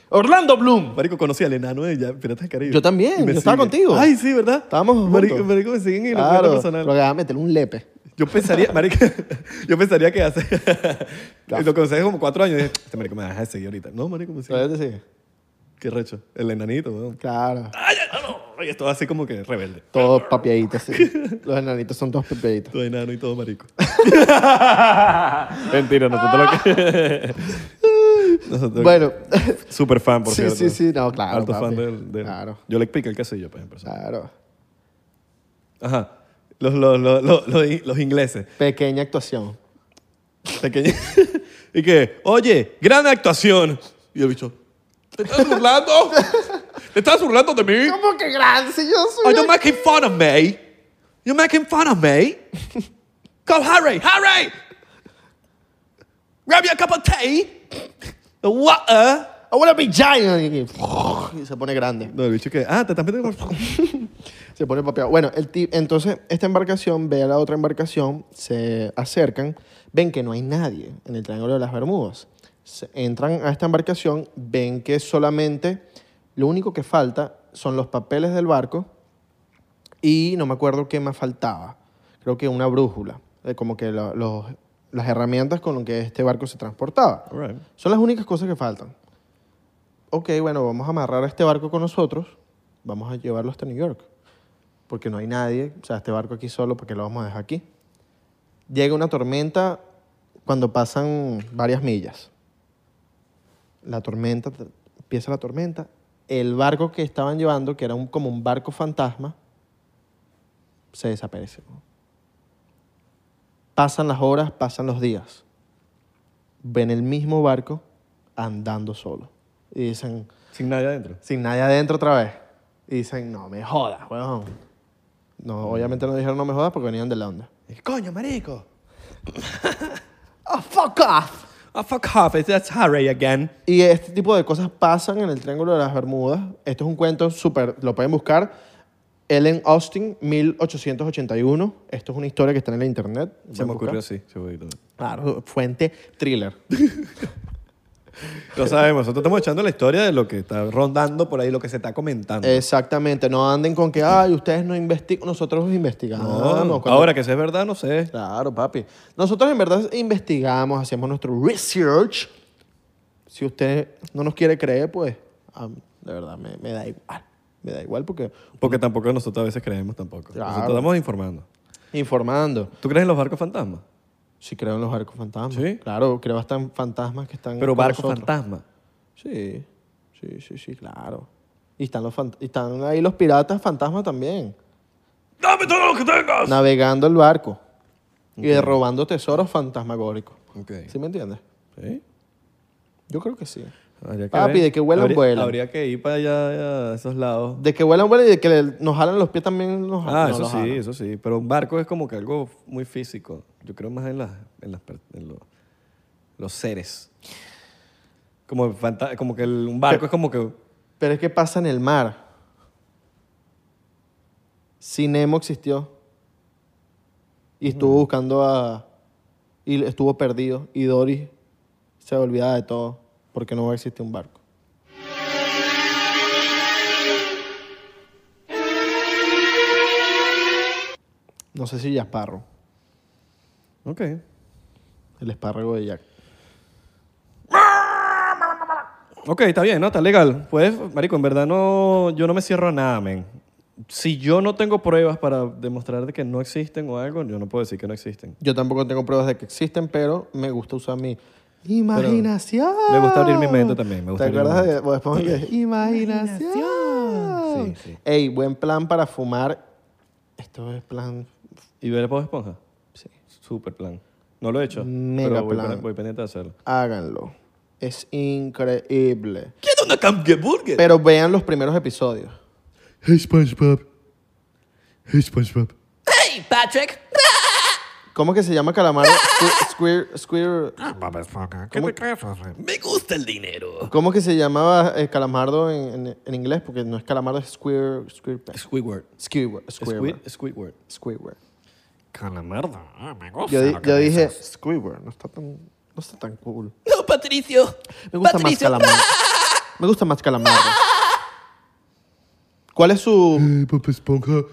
Orlando Bloom.
Marico, conocí al enano de ya- Piratas del Caribe.
Yo también,
Y me
yo estaba contigo.
Ay, sí, ¿verdad?
Estábamos
Marico,
juntos.
marico, me siguen en la cuenta
Claro,
personal.
pero que va a meterle un lepe.
Yo
(laughs)
pensaría, marico, yo pensaría que hace... (laughs) Lo conocí hace como cuatro años y dije, este marico me deja de seguir ahorita. No, marico, me sigue.
Todavía te sigue.
Qué recho. El enanito, weón.
Claro,
Ay, ay, (coughs) no. Ay, esto así como que rebelde.
todos papiaditos, (laughs) sí. Los enanitos son todos papiaditos.
Todo enano y todo (laughs) marico.
Mentira, nosotros lo que...
(laughs) Nosotros-
Bueno, (laughs)
Súper fan, por
Sí,
cierto.
sí, sí, no, claro,
Alto
papi.
fan del, del-
Claro.
Yo le pico el quesillo, por ejemplo.
claro. Ah.
Ajá. Los, los, los, los, los, los ingleses.
Pequeña actuación.
Pequeño. (laughs) y que, oye, gran actuación. Y el bicho,
¿Te estás
(laughs)
burlando? ¿Te estás burlando de mí?
¿Cómo que gran? Si yo
oh,
soy...
you're making fun of me. You're making fun of (laughs) me. Call Harry, Harry. Grab you a cup of tea. The water.
I wanna be giant. Y (laughs) se pone grande.
No, el bicho que, ah, te estás metiendo con...
Se pone papeado. Bueno, el ti- entonces esta embarcación ve a la otra embarcación, se acercan, ven que no hay nadie en el Triángulo de las Bermudas. Se- entran a esta embarcación, ven que solamente lo único que falta son los papeles del barco y no me acuerdo qué más faltaba. Creo que una brújula, eh, como que la- los- las herramientas con las que este barco se transportaba.
All right.
Son las únicas cosas que faltan. Ok, bueno, vamos a amarrar a este barco con nosotros. Vamos a llevarlo hasta New York. Porque no hay nadie. O sea, este barco aquí solo, porque lo vamos a dejar aquí? Llega una tormenta cuando pasan varias millas. La tormenta, empieza la tormenta. El barco que estaban llevando, que era un- como un barco fantasma, se desaparece. Pasan las horas, pasan los días ven el mismo barco andando solo. Y dicen,
Sin nadie adentro.
sin nadie adentro otra vez. Y dicen, no me jodas, weón. No, obviamente no dijeron no me jodas porque venían de la onda.
Eh, Coño, marico.
(laughs) ¡Oh, fuck off!
Oh, fuck off. It's, that's Harry again.
Y este tipo de cosas pasan en el Triángulo de las Bermudas. Esto es un cuento súper, lo pueden buscar. Ellen Austin, 1881. Esto es una historia que está en la internet.
Se me
Pueden
ocurrió
buscar.
así. se me ocurrió.
Claro, fuente thriller.
Lo sabemos. Nosotros estamos echando la historia de lo que está rondando por ahí, lo que se está comentando.
Exactamente, no anden con que, ay, ustedes no investigan, nosotros investigamos.
ah, No,
Cuando-
ahora que eso es verdad, no sé.
Claro, papi. Nosotros en verdad investigamos, hacemos nuestro research. Si usted no nos quiere creer, pues am, de verdad me, me da igual. Me da igual porque
Porque tampoco nosotros a veces creemos tampoco.
Claro.
Nosotros estamos informando.
informando.
¿Tú crees en los barcos fantasmas?
Si creo en los barcos fantasmas.
¿Sí?
Claro, creo hasta en fantasmas que están.
Pero
con
barcos
nosotros.
fantasmas.
Sí, sí, sí, sí, claro. Y están, los fan- y están ahí los piratas fantasmas también,
¡Dame todo lo que tengas!
navegando el barco y robando tesoros fantasmagóricos.
Ok.
¿Sí me entiendes?
¿Sí?
Yo creo que sí.
Habría que
Papi,
ver.
de que vuelan,
habría,
vuelan.
Habría que ir para allá, allá, a esos lados.
De que vuelan, vuelan y de que le- nos jalan los pies también nos
Ah,
nos
eso
los
sí,
jalan.
eso sí. Pero un barco es como que algo muy físico. Yo creo más en, las, en, las per- en los- los seres. Como, el fanta- como que el- un barco es como que...
Pero es que pasa en el mar. Si Nemo existió y estuvo buscando a. y estuvo perdido y Doris se olvidaba de todo porque no va a existir un barco. No sé si ya esparro,
Ok.
el espárrago de Jack.
Ok, está bien, ¿no? Está legal. Pues, marico, en verdad no, yo no me cierro a nada, men. Si yo no tengo pruebas para demostrar de que no existen o algo, yo no puedo decir que no existen.
Yo tampoco tengo pruebas de que existen, pero me gusta usar mi imaginación.
me gusta abrir mi mente también, me
¿Te
gusta abrir mi
acuerdas de
mente.
Bob Esponja?
(laughs)
Imaginación.
Sí, sí.
Ey, buen plan para fumar. Esto es plan
¿Y ver Bob Esponja? Sí. Súper plan. No lo he hecho,
Mega
pero voy,
plan.
pen- voy pendiente de hacerlo.
Háganlo. Es increíble.
¿Qué es una Burger?
Pero vean los primeros episodios.
Hey SpongeBob. Hey SpongeBob.
¿Cómo que se llama
(laughs)
Calamaro? Squir, squir,
Ah,
¿Qué te crees, Alfred?
Me gusta el dinero.
¿Cómo que se llamaba eh, Calamardo en, en- en inglés? Porque no es Calamardo, es Squir... Squir,
Squidward.
Squidward. Squidward.
Squid- Squidward.
Squidward.
Calamardo. Ah, me gusta.
Yo, di-
lo que
yo dije...
dices.
Squidward, no está tan... No está tan cool.
No, Patricio.
Me gusta
Patricio.
más Calamardo. Me gusta más Calamardo. ¿Cuál es su,
Hey Bob Esponja.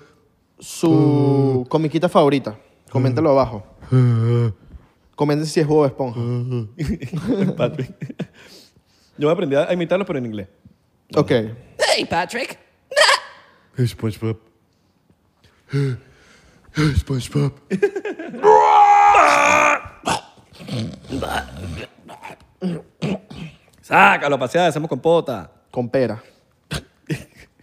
su comiquita favorita? Coméntalo abajo. Comenten si es Bob Esponja.
Patrick. (laughs) Yo me aprendí a imitarlo, pero en inglés.
Ok.
Hey, Patrick.
Hey SpongeBob. Hey, Hey SpongeBob.
Sácalo, paseada, hacemos compota.
Con pera.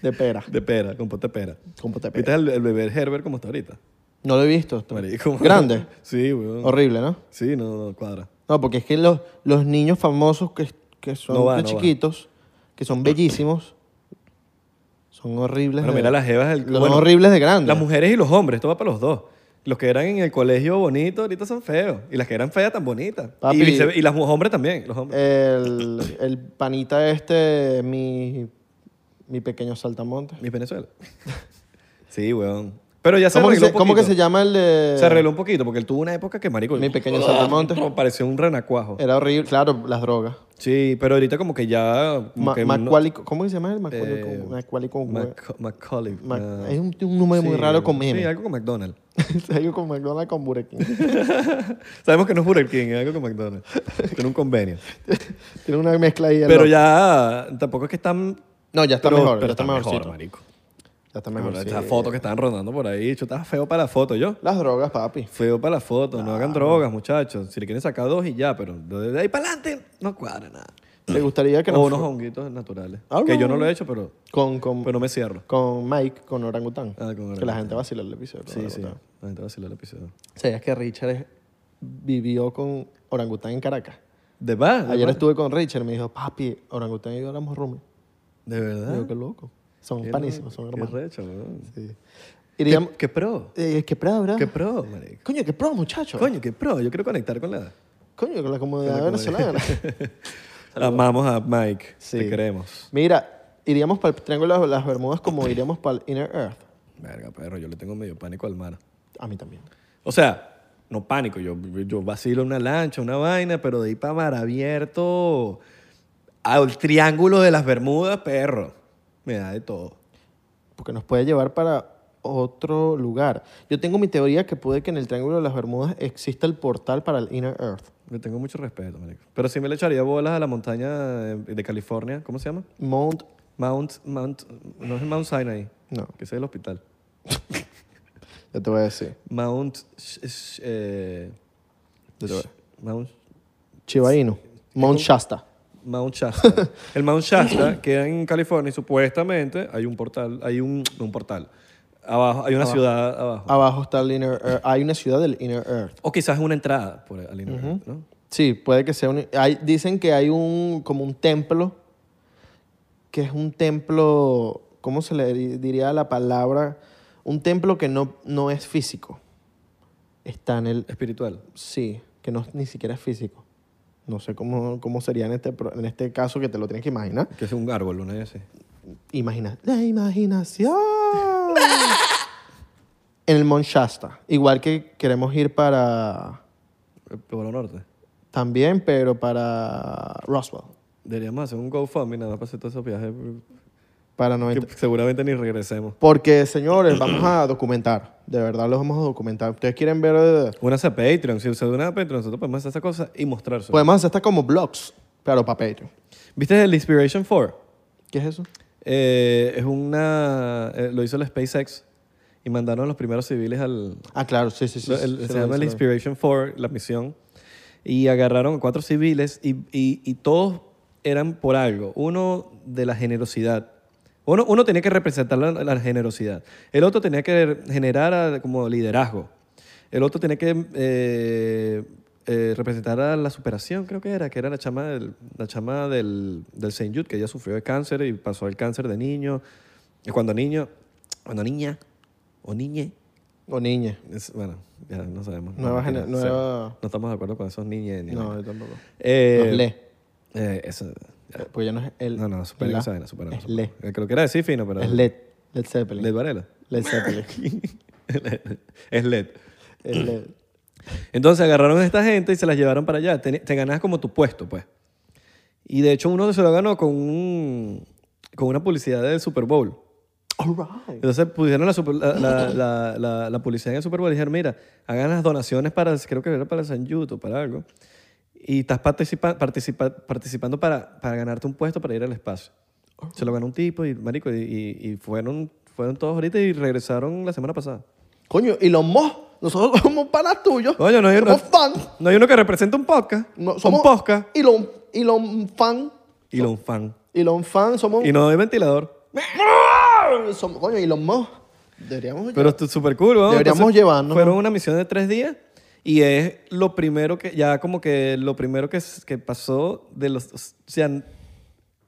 De pera.
De pera, compota de pera.
Compota de pera.
¿Viste el, el bebé Herbert como está ahorita?
No lo he visto.
Marico.
(laughs) Grande.
Sí, weón.
Horrible, ¿no?
Sí, no, no, cuadra.
No, porque es que los, los niños famosos que, que son
No va,
de
no va.
chiquitos, que son bellísimos, son horribles.
Bueno,
de-
mira las jevas. del-
Los
bueno,
horribles de grandes.
Las mujeres y los hombres, esto va para los dos. Los que eran en el colegio bonito ahorita son feos. Y las que eran feas tan bonitas.
Papi. Eh.
Y, vice- y las mu- hombres también, los hombres.
El, el panita este, mi, mi pequeño saltamontes.
Mis Venezuela. (laughs) sí, weón. Pero ya se
¿Cómo, que
arregló
se, cómo que se
llama?
llama el de...?
Se arregló un poquito porque él tuvo una época que marico.
Mi pequeño saltamontes.
Pareció un renacuajo.
Era horrible. Claro, las drogas.
Sí, pero ahorita como que ya... como
Ma-
que no-
Macaulay- ¿Cómo que se llama el Macaulay?
Eh,
Macaulay con-
Mac- Macaulay.
Ma-
ah.
hay un, un número muy
Sí,
raro con M. (laughs)
Sí, algo con McDonald's.
algo con McDonald's con Burger King.
Sabemos que no es Burger King, es algo con
(laughs)
McDonald's. Tiene un convenio.
Tiene una mezcla ahí.
Pero ya tampoco es que están...
No, ya está
pero-
mejor.
pero
ya está, mejorcito.
marico.
Ya está mejor.
Estas
sí.
fotos que están rondando por ahí. Yo estaba feo para la foto, yo.
Las drogas, papi.
Feo para la foto. No, hagan drogas, muchachos. Si le quieren sacar dos y ya, pero de ahí para adelante no cuadra nada.
¿Te gustaría que
o
nos
unos
fu-
honguitos naturales.
Ah,
que yo
no.
no lo he hecho, pero,
con, con,
pero no me cierro.
con Mike, con Orangután.
Ah, con
Que la
orangután.
gente vacila el episodio. con
Sí, sí.
orangután.
La gente va a hacer el episodio.
¿Sabías que Richard es- vivió con Orangután en Caracas?
¿De verdad?
Ayer estuve con Richard y me dijo, papi, Orangután y yo éramos roomies.
¿De verdad?
Digo, qué loco. Son
Ah. Qué
panísimos, son
loco, Qué
hermanos.
recho, weón.
Sí.
¿Qué,
Iríamos,
qué pro?
eh, qué pro, ¿verdad?
¿Qué pro, marico?
Coño, qué pro, muchacho.
Coño, qué pro. Yo quiero conectar con la...
Coño, con la comunidad venezolana.
(laughs) Amamos a Mike.
Sí.
Te queremos.
Mira, iríamos para el Triángulo de las Bermudas como iríamos para el Inner Earth.
Verga, perro. Yo le tengo medio pánico al mar.
A mí también.
O sea, no pánico. Yo, yo vacilo una lancha, una vaina, pero de ahí para mar abierto al triángulo de las Bermudas, perro. Me da de todo.
porque nos puede llevar para otro lugar. Yo tengo mi teoría que puede que en el Triángulo de las Bermudas exista el portal para el Inner Earth,
Le tengo mucho respeto, marico. Pero sí me le echaría bolas a la montaña de, de California. ¿Cómo se llama?
Mount,
Mount, Mount, no es Mount Sinai.
No.
Que ese es el hospital.
ya te voy a decir,
Mount, sh- sh- eh, sh- Mount
Chiba Inu, Mount Shasta.
Mount Shasta. El Mount Shasta queda en California y supuestamente hay un portal, hay un, no, un portal. Abajo, hay una ciudad abajo.
Abajo está el Inner Earth, hay una ciudad del Inner Earth.
O quizás una entrada por al interior, ¿no?
Sí, puede que sea un... hay- dicen que hay un, como un templo, que es un templo, ¿cómo se le di- diría la palabra? Un templo que no, no es físico. Está en el
Espiritual.
Sí, que no ni siquiera es físico. No sé cómo, cómo sería en este, pro- en este caso que te lo tienes que imaginar.
Que es un árbol, una vez así.
Imagina. La imaginación. en el Mount Shasta. Igual que queremos ir para...
Eh, Por el norte.
También, pero para Roswell.
Deberíamos hacer un GoFundMe nada más para hacer todos esos viajes
Para 90.
que seguramente ni regresemos.
Porque, señores, vamos a documentar. De verdad, los vamos a documentar. Ustedes quieren ver... eh,
Únanse a Patreon. Si ustedes unan a Patreon, nosotros podemos hacer esas cosas y mostrárselo.
Podemos hacer hasta como blogs, pero para Patreon.
¿Viste el Inspiration 4?
¿Qué es eso?
Eh, es una. eh, lo hizo el SpaceX y mandaron los primeros civiles al.
Ah, claro, sí, sí, sí.
lo-
sí,
el-
sí,
se
lo vi,
llama el
sí, lo vi.
Inspiration 4, la misión. Y agarraron a cuatro civiles y, y- y todos eran por algo. Uno de la generosidad. Uno, uno tenía que representar la, la generosidad. El otro tenía que generar ah, como liderazgo. El otro tenía que eh, eh, representar a la superación, creo que era, que era la chama del, la chama del, del Saint Jude, que ella sufrió de cáncer y pasó el cáncer de niño. Y cuando niño, cuando niña o niñe,
O niña.
es- bueno, ya no sabemos.
Nueva
no,
gener-
no,
nueva-
no estamos de acuerdo con esos niñes. ni
No,
nada.
yo tampoco.
Eh,
Los le.
eh, eso, ya.
Porque ya no es el.
no, no, supera
la-
esa vaina, supera.
Es
supera.
le.
Eh, que lo que era decir fino, pero...
Es LED. Led Zeppelin.
Led Varela. (laughs)
Led Zeppelin.
es LED.
Es LED.
Entonces agarraron a esta gente y se las llevaron para allá. Te, te ganas como tu puesto, pues. Y de hecho uno se lo ganó con, un- con una publicidad del Super Bowl. Entonces pusieron la, super- la, la- la- la- la publicidad en el Super Bowl y dijeron, mira, hagan las donaciones para, creo que era para San Yuto, para algo. Y estás participa- participa- participando para, para ganarte un puesto para ir al espacio. Se lo ganó un tipo y, marico, y, y- y fueron, fueron todos ahorita y regresaron la semana pasada.
Coño, y los mos. Nosotros (laughs) somos panas tuyos.
Coño, no hay,
somos
no,
fans.
no hay uno que represente un podcast.
No,
un podcast.
Y los y los fan.
Y lo un fan.
Y los fans somos.
Y no hay ventilador.
somos- coño, y los mos. Deberíamos.
Pero esto es súper cool, ¿no?
Deberíamos llevarnos,
Fueron una misión de tres días y es lo primero que, ya como que lo primero que, s- que pasó de los, o sea,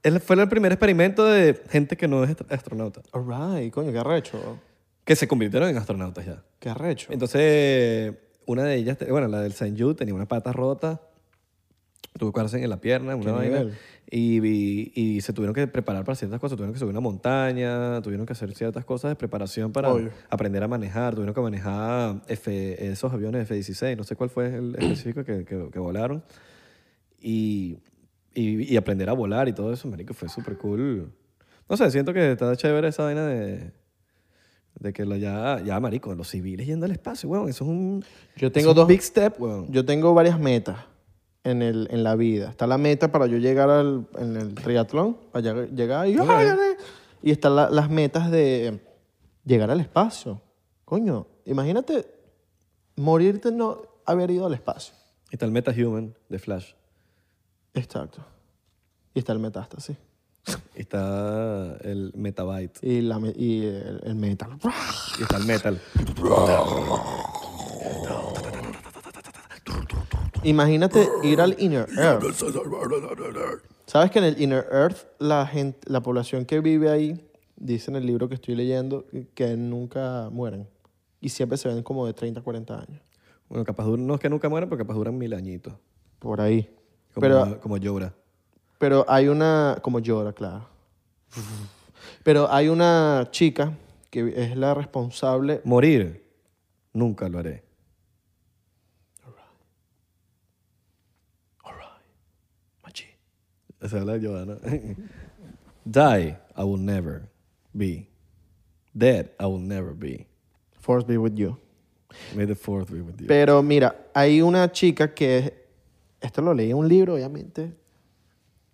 él fue el primer experimento de gente que no es ast- astronauta,
Alright, coño, qué arrecho.
que se convirtieron en astronautas ya.
Qué arrecho.
Entonces, una de ellas, te- bueno, la del Saint Jude tenía una pata rota, tuvo cárcel en la pierna, una vaina,
nivel?
y, y- y se tuvieron que preparar para ciertas cosas, tuvieron que subir una montaña, tuvieron que hacer ciertas cosas de preparación para
Obvio.
aprender a manejar, tuvieron que manejar F- esos aviones F-16, no sé cuál fue el específico que, que- que volaron, y, y- y aprender a volar y todo eso, marico, fue súper cool. No sé, siento que está chévere esa vaina de... De que lo ya, ya, marico, los civiles yendo al espacio, weón. Eso es un,
Yo
eso
tengo
es
dos.
un big step, weón.
Yo tengo varias metas en, el, en la vida. Está la meta para yo llegar al en el triatlón, para lleg- llegar y, ¡Ah, gané! y están la- las metas de llegar al espacio. Coño, imagínate morirte no haber ido al espacio.
Y está el MetaHuman de Flash.
Exacto. Y está el metástasis.
Y está el Metabyte.
Y, la, me- y el, el metal.
Y está el Metal.
Imagínate ir al Inner Earth. ¿Sabes que en el Inner Earth la, gente, la población que vive ahí, dice en el libro que estoy leyendo, que nunca mueren? Y siempre se ven como de 30, 40 años.
Bueno, capaz duran, no es que nunca mueran, pero capaz duran mil añitos.
Por ahí.
Como,
Pero,
como llora.
pero hay una... Como llora, claro. Pero hay una chica que es la responsable...
Morir, nunca lo haré. Esa es la de Johanna. (laughs) Die, I will never be. Dead, I will never be.
Force be with you.
May the fourth be with you.
Pero mira, hay una chica que es- esto lo leí en un libro, obviamente.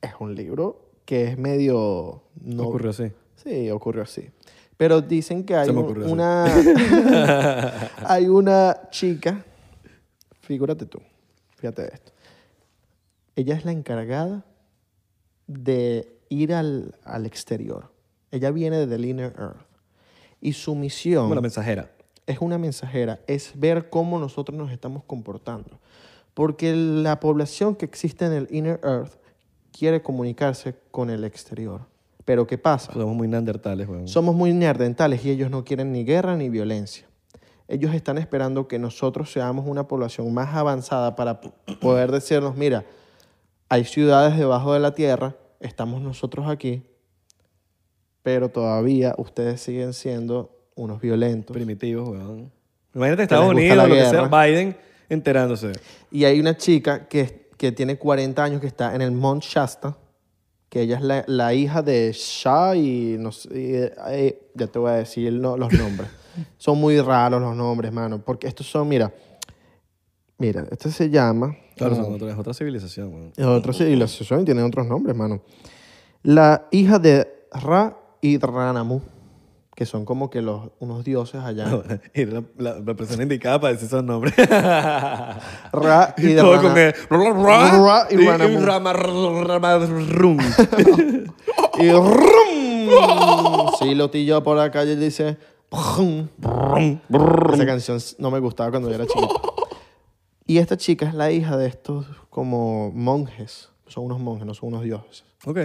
Es un libro que es medio no
Ocurrió así.
Sí, ocurrió así. Pero dicen que hay
Se me
un-
ocurrió así.
una
(laughs)
hay una chica, figúrate tú, fíjate de esto. Ella es la encargada de ir al, al exterior. Ella viene de The Inner Earth. Y su misión
Como la mensajera.
es una mensajera, es ver cómo nosotros nos estamos comportando. Porque la población que existe en el Inner Earth quiere comunicarse con el exterior. Pero ¿qué pasa?
Somos muy neandertales, weón.
Somos muy neandertales y ellos no quieren ni guerra ni violencia. Ellos están esperando que nosotros seamos una población más avanzada para p- poder decirnos, mira, hay ciudades debajo de la tierra, estamos nosotros aquí, pero todavía ustedes siguen siendo unos violentos.
primitivos, weón. Imagínate Estados
les gusta
Unidos,
la
lo que sea,
guerra.
Biden enterándose.
Y hay una chica que, que tiene 40 años que está en el Mount Shasta, que ella es la, la hija de Shah y no sé, y, eh, eh, ya te voy a decir no,
(laughs)
los nombres. son muy raros los nombres, mano, porque estos son, mira, mira, este se llama,
Claro, son otra, es otra civilización. weón. (laughs)
Y Otra civilización y tienen otros nombres, mano. La hija de Ra y Ranamu, que son como que los, unos dioses allá.
Y la, la- la persona indicada para decir esos nombres.
Ra (laughs) y de
(laughs) Todo
Rana-
con E. el-
Ra y Ranamu. (laughs)
Rama- Ramarrum.
Y rum. Sí, lo yo por la calle y dice. brum. Esa canción no me gustaba cuando yo era chiquito. Y esta chica es la hija de estos como monjes. Son unos monjes, no son unos dioses.
Ok.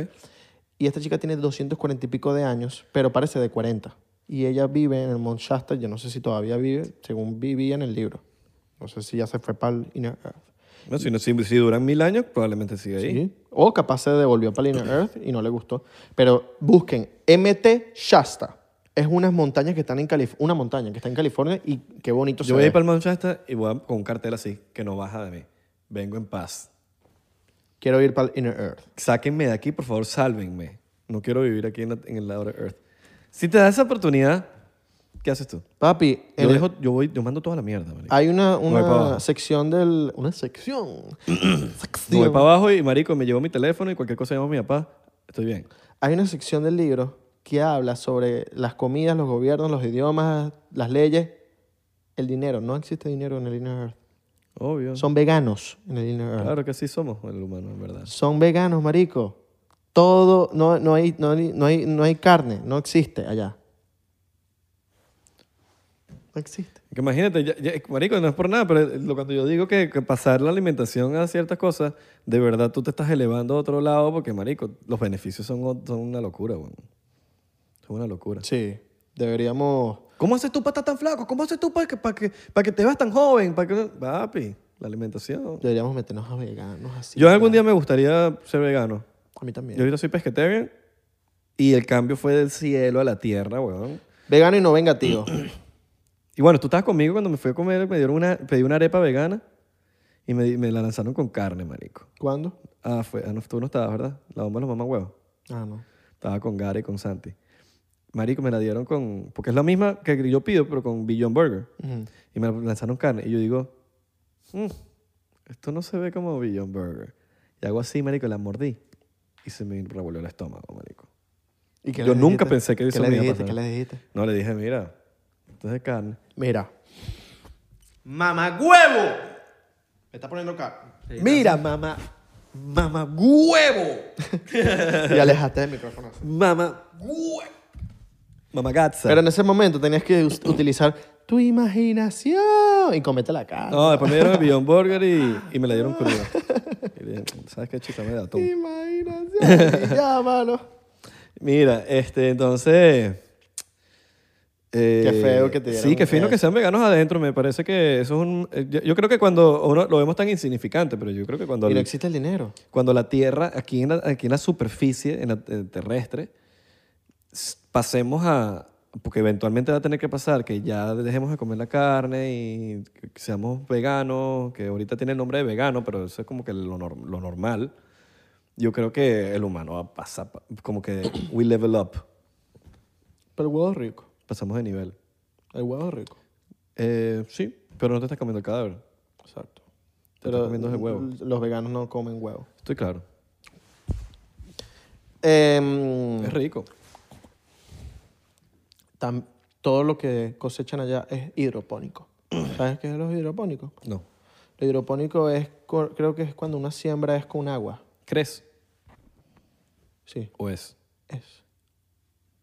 Y esta chica tiene 240 y pico de años, pero parece de 40. Y ella vive en el Mount Shasta, yo no sé si todavía vive, según vivía en el libro. No sé si ya se fue para el Inner Earth.
Bueno, si, no- si- si duran mil años, probablemente siga ahí.
Sí. O capaz se devolvió para el Inner Earth y no le gustó. Pero busquen MT Shasta. Es unas montañas que están en California, una montaña que está en California y qué bonito se
Yo voy a
ve.
ir para el Mount Shasta y voy a- con un cartel así, que no baja de mí. Vengo en paz.
Quiero ir para el Inner Earth.
Sáquenme de aquí, por favor, sálvenme. No quiero vivir aquí en, la- en el lado de Earth. Si te da esa oportunidad, ¿qué haces tú?
Papi, en-
Yo, dejo- yo voy, yo mando toda la mierda, marico.
hay una,
Voy para
una
abajo.
sección del... Una sección.
(clears throat) Me voy
sección.
para abajo y, marico, me llevo mi teléfono y cualquier cosa llamo a mi papá. Estoy bien.
Hay una sección del libro que habla sobre las comidas, los gobiernos, los idiomas, las leyes, el dinero. No existe dinero en el Inner Earth.
Obvio.
Son veganos en el Inner Earth.
Claro que sí somos el humano, en verdad.
Son veganos, marico. Todo, no, no, hay, no, hay, no, hay, no hay carne, no existe allá. No existe.
Que imagínate, ya- ya- marico, no es por nada, pero lo, cuando yo digo que, que pasar la alimentación a ciertas cosas, de verdad tú te estás elevando a otro lado porque, marico, los beneficios son, o- son una locura, weón. Son una locura.
Sí, deberíamos...
¿Cómo haces tú para estar tan flaco? ¿Cómo haces tú para que, para que, para que te veas tan joven? Para que... Papi, la alimentación.
Deberíamos meternos a veganos así.
Yo algún día me gustaría ser vegano.
A mí también.
Yo ahorita soy pesquetarian y el cambio fue del cielo a la tierra, weón.
Vegano y no
(clears throat)
vengativo.
Y bueno, tú estabas conmigo cuando me fui a comer, me dieron una, pedí una arepa vegana y me, di- me la lanzaron con carne, marico.
¿Cuándo?
Ah, fue, ah, no, tú no estabas, ¿verdad? La bomba de los mamá huevos.
Ah, no.
Estaba con Gary y con Santi. Marico, me la dieron con... Porque es la misma que yo pido, pero con Beyond Burger. Y me la lanzaron carne. Y yo digo, "Mm, esto no se ve como Beyond Burger. Y hago así, marico, la mordí. Y se me revolvió el estómago, marico.
¿Y qué
Yo
le
nunca
dijiste?
pensé que eso
¿Qué
me
le
iba a
dijiste? ¿Qué
pasar.
le dijiste?
No, le dije, mira, esto es de carne.
Mira. ¡Mamá huevo! Me está poniendo acá. Mira, mamá. ¡Mamá (laughs) huevo! y alejaste del micrófono.
Mamá. Mamagazza.
Pero en ese momento tenías que us- utilizar tu imaginación y comete la cara.
No, después me dieron el Beyond Burger y, y me la dieron cruda. Y dije, ¿sabes qué, chica? Me da todo.
Imaginación. (laughs) Llámalo.
Mira, este, entonces... eh,
Qué feo que te dieron
Sí, qué fino que
eso.
sean veganos adentro. Me parece que eso es un... eh, Yo, yo creo que cuando uno lo vemos tan insignificante, pero yo creo que cuando...
Y no existe el dinero.
cuando la Tierra, aquí en la, aquí en la superficie, en la eh, terrestre, s- pasemos a, porque eventualmente va a tener que pasar, que ya dejemos de comer la carne y que que seamos veganos, que ahorita tiene el nombre de vegano, Ah, pero eso es como que lo, nor- lo normal. Yo creo que el humano va a pasar, pa- como que we level up,
Pero el huevo es rico.
pasamos de nivel.
El huevo es rico.
Eh, sí, pero no te estás comiendo el cadáver. Exacto. Te estás
Pero
comiendo el huevo.
l- los veganos no comen huevo.
Estoy claro.
Em,
Es rico.
tam- todo lo que cosechan allá es (clears throat) hidropónico. ¿Sabes qué es lo hidropónico?
No.
Lo hidropónico es, co- creo que es cuando una siembra es con agua.
¿Crees
Sí,
o es?
es.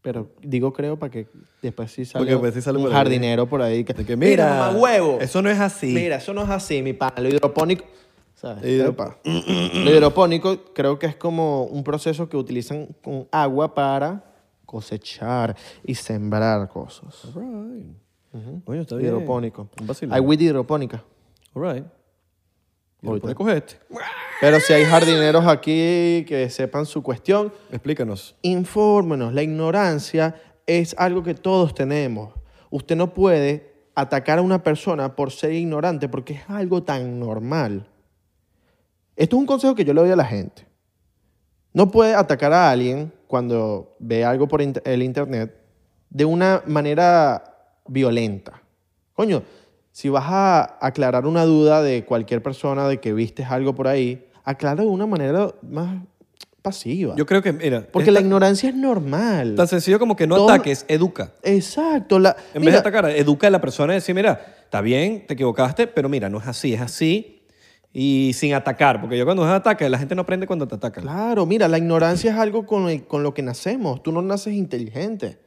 Pero digo creo para que después sí
Porque
salga
después sí sale
un
por ahí.
jardinero por ahí. Que,
De que,
mira, mamá huevo.
Eso no es así.
Mira, eso no es así, mi pana. Lo hidropónico. ¿sabes?
Hidro-
Epa. Lo hidropónico creo que es como un proceso que utilizan con agua para cosechar y sembrar cosas.
Right. Coño, está bien.
Hidropónico.
Un vacilón.
Hay weed hidropónica.
All right.
Ahorita.
Hidropónico es este.
Pero si hay jardineros aquí que sepan su cuestión,
Explícanos.
infórmenos. La ignorancia es algo que todos tenemos. Usted no puede atacar a una persona por ser ignorante porque es algo tan normal. Esto es un consejo que yo le doy a la gente. No puede atacar a alguien cuando ve algo por inter- el internet de una manera violenta. Coño, si vas a aclarar una duda de cualquier persona de que vistes algo por ahí, aclara de una manera más pasiva.
Yo creo que, mira,
Porque
es
la
tan-
ignorancia es normal.
tan sencillo como que no
Todo-
ataques, educa.
Exacto. La,
En vez de
mira,
atacar, educa a la persona y decir, mira, está bien, te equivocaste, pero mira, no es así, es así y sin atacar. Porque yo cuando es ataque, la gente no aprende cuando te atacan.
Claro, mira, la ignorancia es algo con, el- con lo que nacemos. Tú no naces inteligente.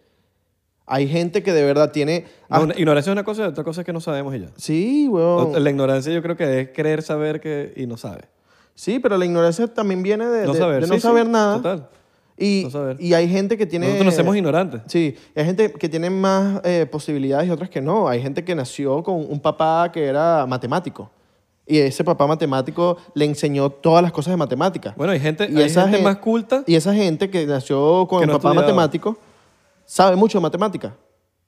Hay gente que de verdad tiene...
No,
hasta-
una- ignorancia es una cosa, otra cosa es que no sabemos y ya.
Sí, weón.
La ignorancia yo creo que es creer saber que, y no sabe.
Sí, pero la ignorancia también viene de
No
de-
saber,
de no
sí, sí,
saber nada.
total.
Y,
No saber.
y hay gente que tiene...
Nosotros nacemos ignorantes.
Sí, hay gente que tiene más eh, posibilidades y otras que no. Hay gente que nació con un papá que era matemático. Y ese papá matemático le enseñó todas las cosas de matemáticas.
Bueno, hay gente,
Y
hay
esa
gente
gen-
más culta.
Y esa gente que nació con
Que
el
no
papá
estudiaba.
matemático sabe mucho de matemática.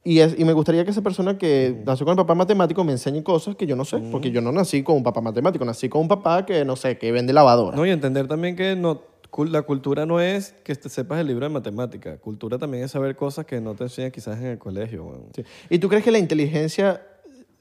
Y, es- y me gustaría que esa persona que nació con el papá matemático me enseñe cosas que yo no sé,
Mm.
porque yo no nací con un papá matemático, nací con un papá que, no sé, que vende lavadora.
No, y entender también que no, cul- la cultura no es que te sepas el libro de matemática. Cultura también es saber cosas que no te enseñan quizás en el colegio. weón.
Sí. ¿Y tú crees que la inteligencia,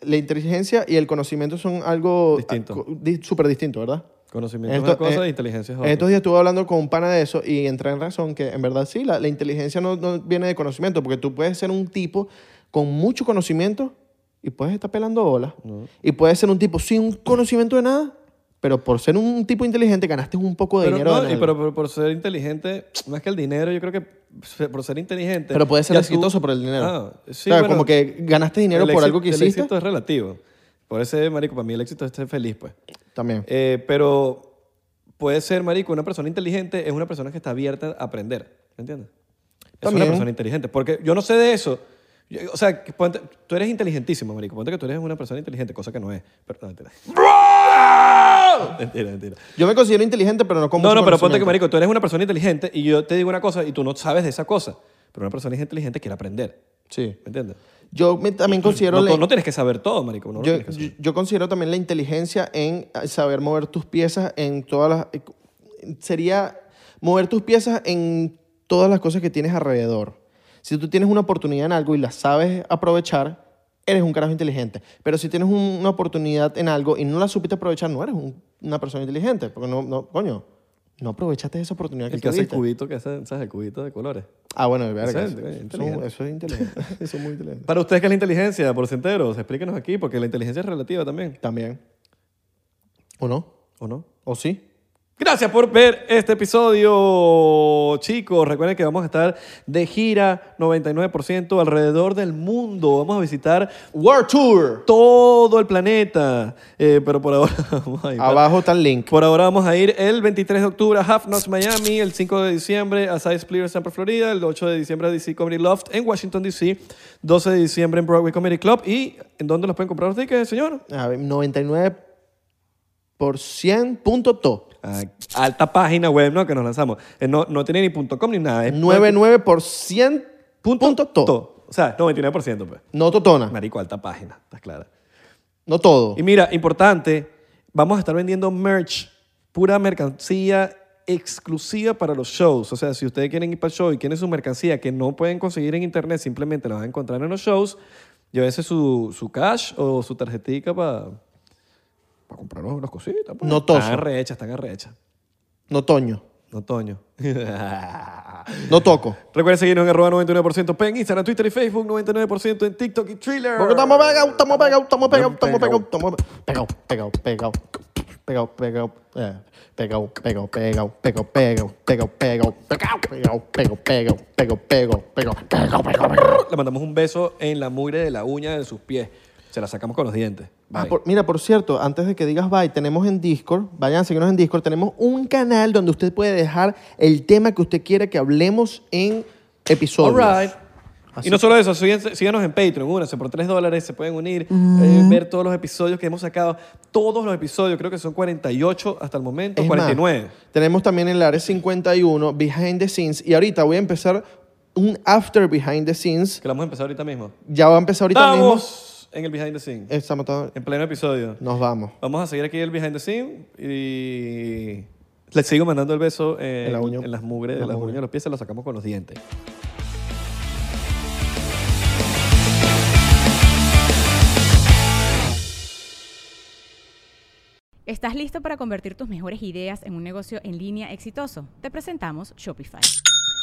la inteligencia y el conocimiento son algo
Distinto.
ah, co- di- súper distinto, verdad?
Conocimiento
Esto-
es una cosa
eh,
e inteligencia es
En
otra.
Estos días estuve hablando con un pana de eso y entré en razón que en verdad sí, la, la inteligencia no, no viene de conocimiento, porque tú puedes ser un tipo con mucho conocimiento y puedes estar pelando bolas. Y puedes ser un tipo sin un conocimiento de nada, pero por ser un tipo inteligente ganaste un poco de
pero,
dinero.
no,
en
y
algo.
pero por, por ser inteligente, más que el dinero, yo creo que se- por ser inteligente.
Pero puedes ser
ya tú-
exitoso por el dinero.
Ah, sí,
o sea,
bueno,
como que ganaste dinero
el
por
éxito-
algo que
el
hiciste.
éxito es relativo. Por ese, marico, para mí el éxito es ser feliz, pues.
También.
Eh, pero puede ser, marico, una persona inteligente es una persona que está abierta a aprender. ¿Me entiendes? Es una
También.
persona inteligente. Porque yo no sé de eso. Yo- o sea, que ponte- tú eres inteligentísimo, marico. Ponte que tú eres una persona inteligente, cosa que no es. Pero, no, mentira. (laughs) mentira, mentira.
Yo me considero inteligente, pero no como
No, no, pero ponte que, marico, tú eres una persona inteligente y yo te digo una cosa y tú no sabes de esa cosa. Pero una persona inteligente quiere aprender.
Sí.
¿Me entiendes?
Yo me- también considero...
No,
la-
to- no tienes que saber todo, marico. No lo
yo,
tienes que saber.
yo- yo considero también la inteligencia en eh, saber mover tus piezas en todas las... eh, Sería mover tus piezas en todas las cosas que tienes alrededor. Si tú tienes una oportunidad en algo y la sabes aprovechar, eres un carajo inteligente. Pero si tienes un- una oportunidad en algo y no la supiste aprovechar, no eres un- una persona inteligente. Porque no, no coño, no aprovechaste esa oportunidad que
el que hace el
tuviste.
cubito, que hace, ¿sabes? El cubito de colores.
Ah, bueno, verga,
Eso es
eso,
inteligente.
eso es inteligente. (laughs) Eso es muy inteligente.
Para ustedes, ¿qué es la inteligencia? Porcenteros, explíquenos aquí, porque la inteligencia es relativa también,
También. ¿O no?
¿o no?
¿O sí?
Gracias por ver este episodio, chicos. Recuerden que vamos a estar de gira 99% alrededor del mundo. Vamos a visitar
World Tour.
todo el planeta. Eh, pero por ahora (laughs) vamos a ir para-
Abajo está el link.
Por ahora vamos a ir el 23 de octubre a Half Knots Miami, el 5 de diciembre a Side Split en Tampa, Florida, el 8 de diciembre a DC Comedy Loft en Washington, DC, 12 de diciembre en Broadway Comedy Club. ¿Y en dónde los pueden comprar los tickets, señor?
A ver, 99 por 100 punto to.
Ah, alta página web, ¿no? Que nos lanzamos. Eh, no, no tiene ni punto .com ni nada. Es
99 por 100 punto, to.
to. O sea, 99%, pues.
No totona.
Marico, alta página, estás clara.
No todo.
Y mira, importante, vamos a estar vendiendo merch, pura mercancía exclusiva para los shows. O sea, si ustedes quieren ir para el show y quieren su mercancía que no pueden conseguir en internet, simplemente la van a encontrar en los shows, llévese su, su cash o su tarjetica para comprar unas cositas. pues.
No toso.
Están arrechas, están arrechas.
No toño.
No toño.
No toco.
Recuerden seguirnos en arroba 99% en Instagram, Twitter y Facebook, 99% en TikTok y Thriller.
Porque estamos pegados, estamos pegados, estamos pegados, estamos pegados, estamos pegados, pegados, pegados. Pegado, pegado, eh, pegado, pegado, pegado, pegado, pegado, pegado, pegado, pegado, pegado, pegado, pegado, pegado, pegado, pegado, pegado, pegado, pegado.
Le mandamos un beso en la mugre de la uña de sus pies. Se la sacamos con los dientes.
Ah,
Bye.
por- mira, por cierto, antes de que digas bye, tenemos en Discord, vayan a seguirnos en Discord, tenemos un canal donde usted puede dejar el tema que usted quiera que hablemos en episodios.
All right. Y no solo eso, síguense- síganos en Patreon, únanse por 3 dólares, se pueden unir,
Mm.
eh, ver todos los episodios que hemos sacado, todos los episodios, creo que son 48 hasta el momento,
Es más,
49.
tenemos también el área 51, Behind the Scenes, y ahorita voy a empezar un after Behind the Scenes.
Que lo vamos a empezar ahorita mismo.
Ya va a empezar ahorita mismo.
Estamos en el behind the scenes,
Estamos todos-
en pleno episodio.
Nos vamos.
Vamos a seguir aquí el behind the scenes y les sigo mandando el beso en,
En la uña.
en las mugres,
Las
en las
mugres.
uñas de los pies, se lo sacamos con los dientes.
¿Estás listo para convertir tus mejores ideas en un negocio en línea exitoso? Te presentamos Shopify.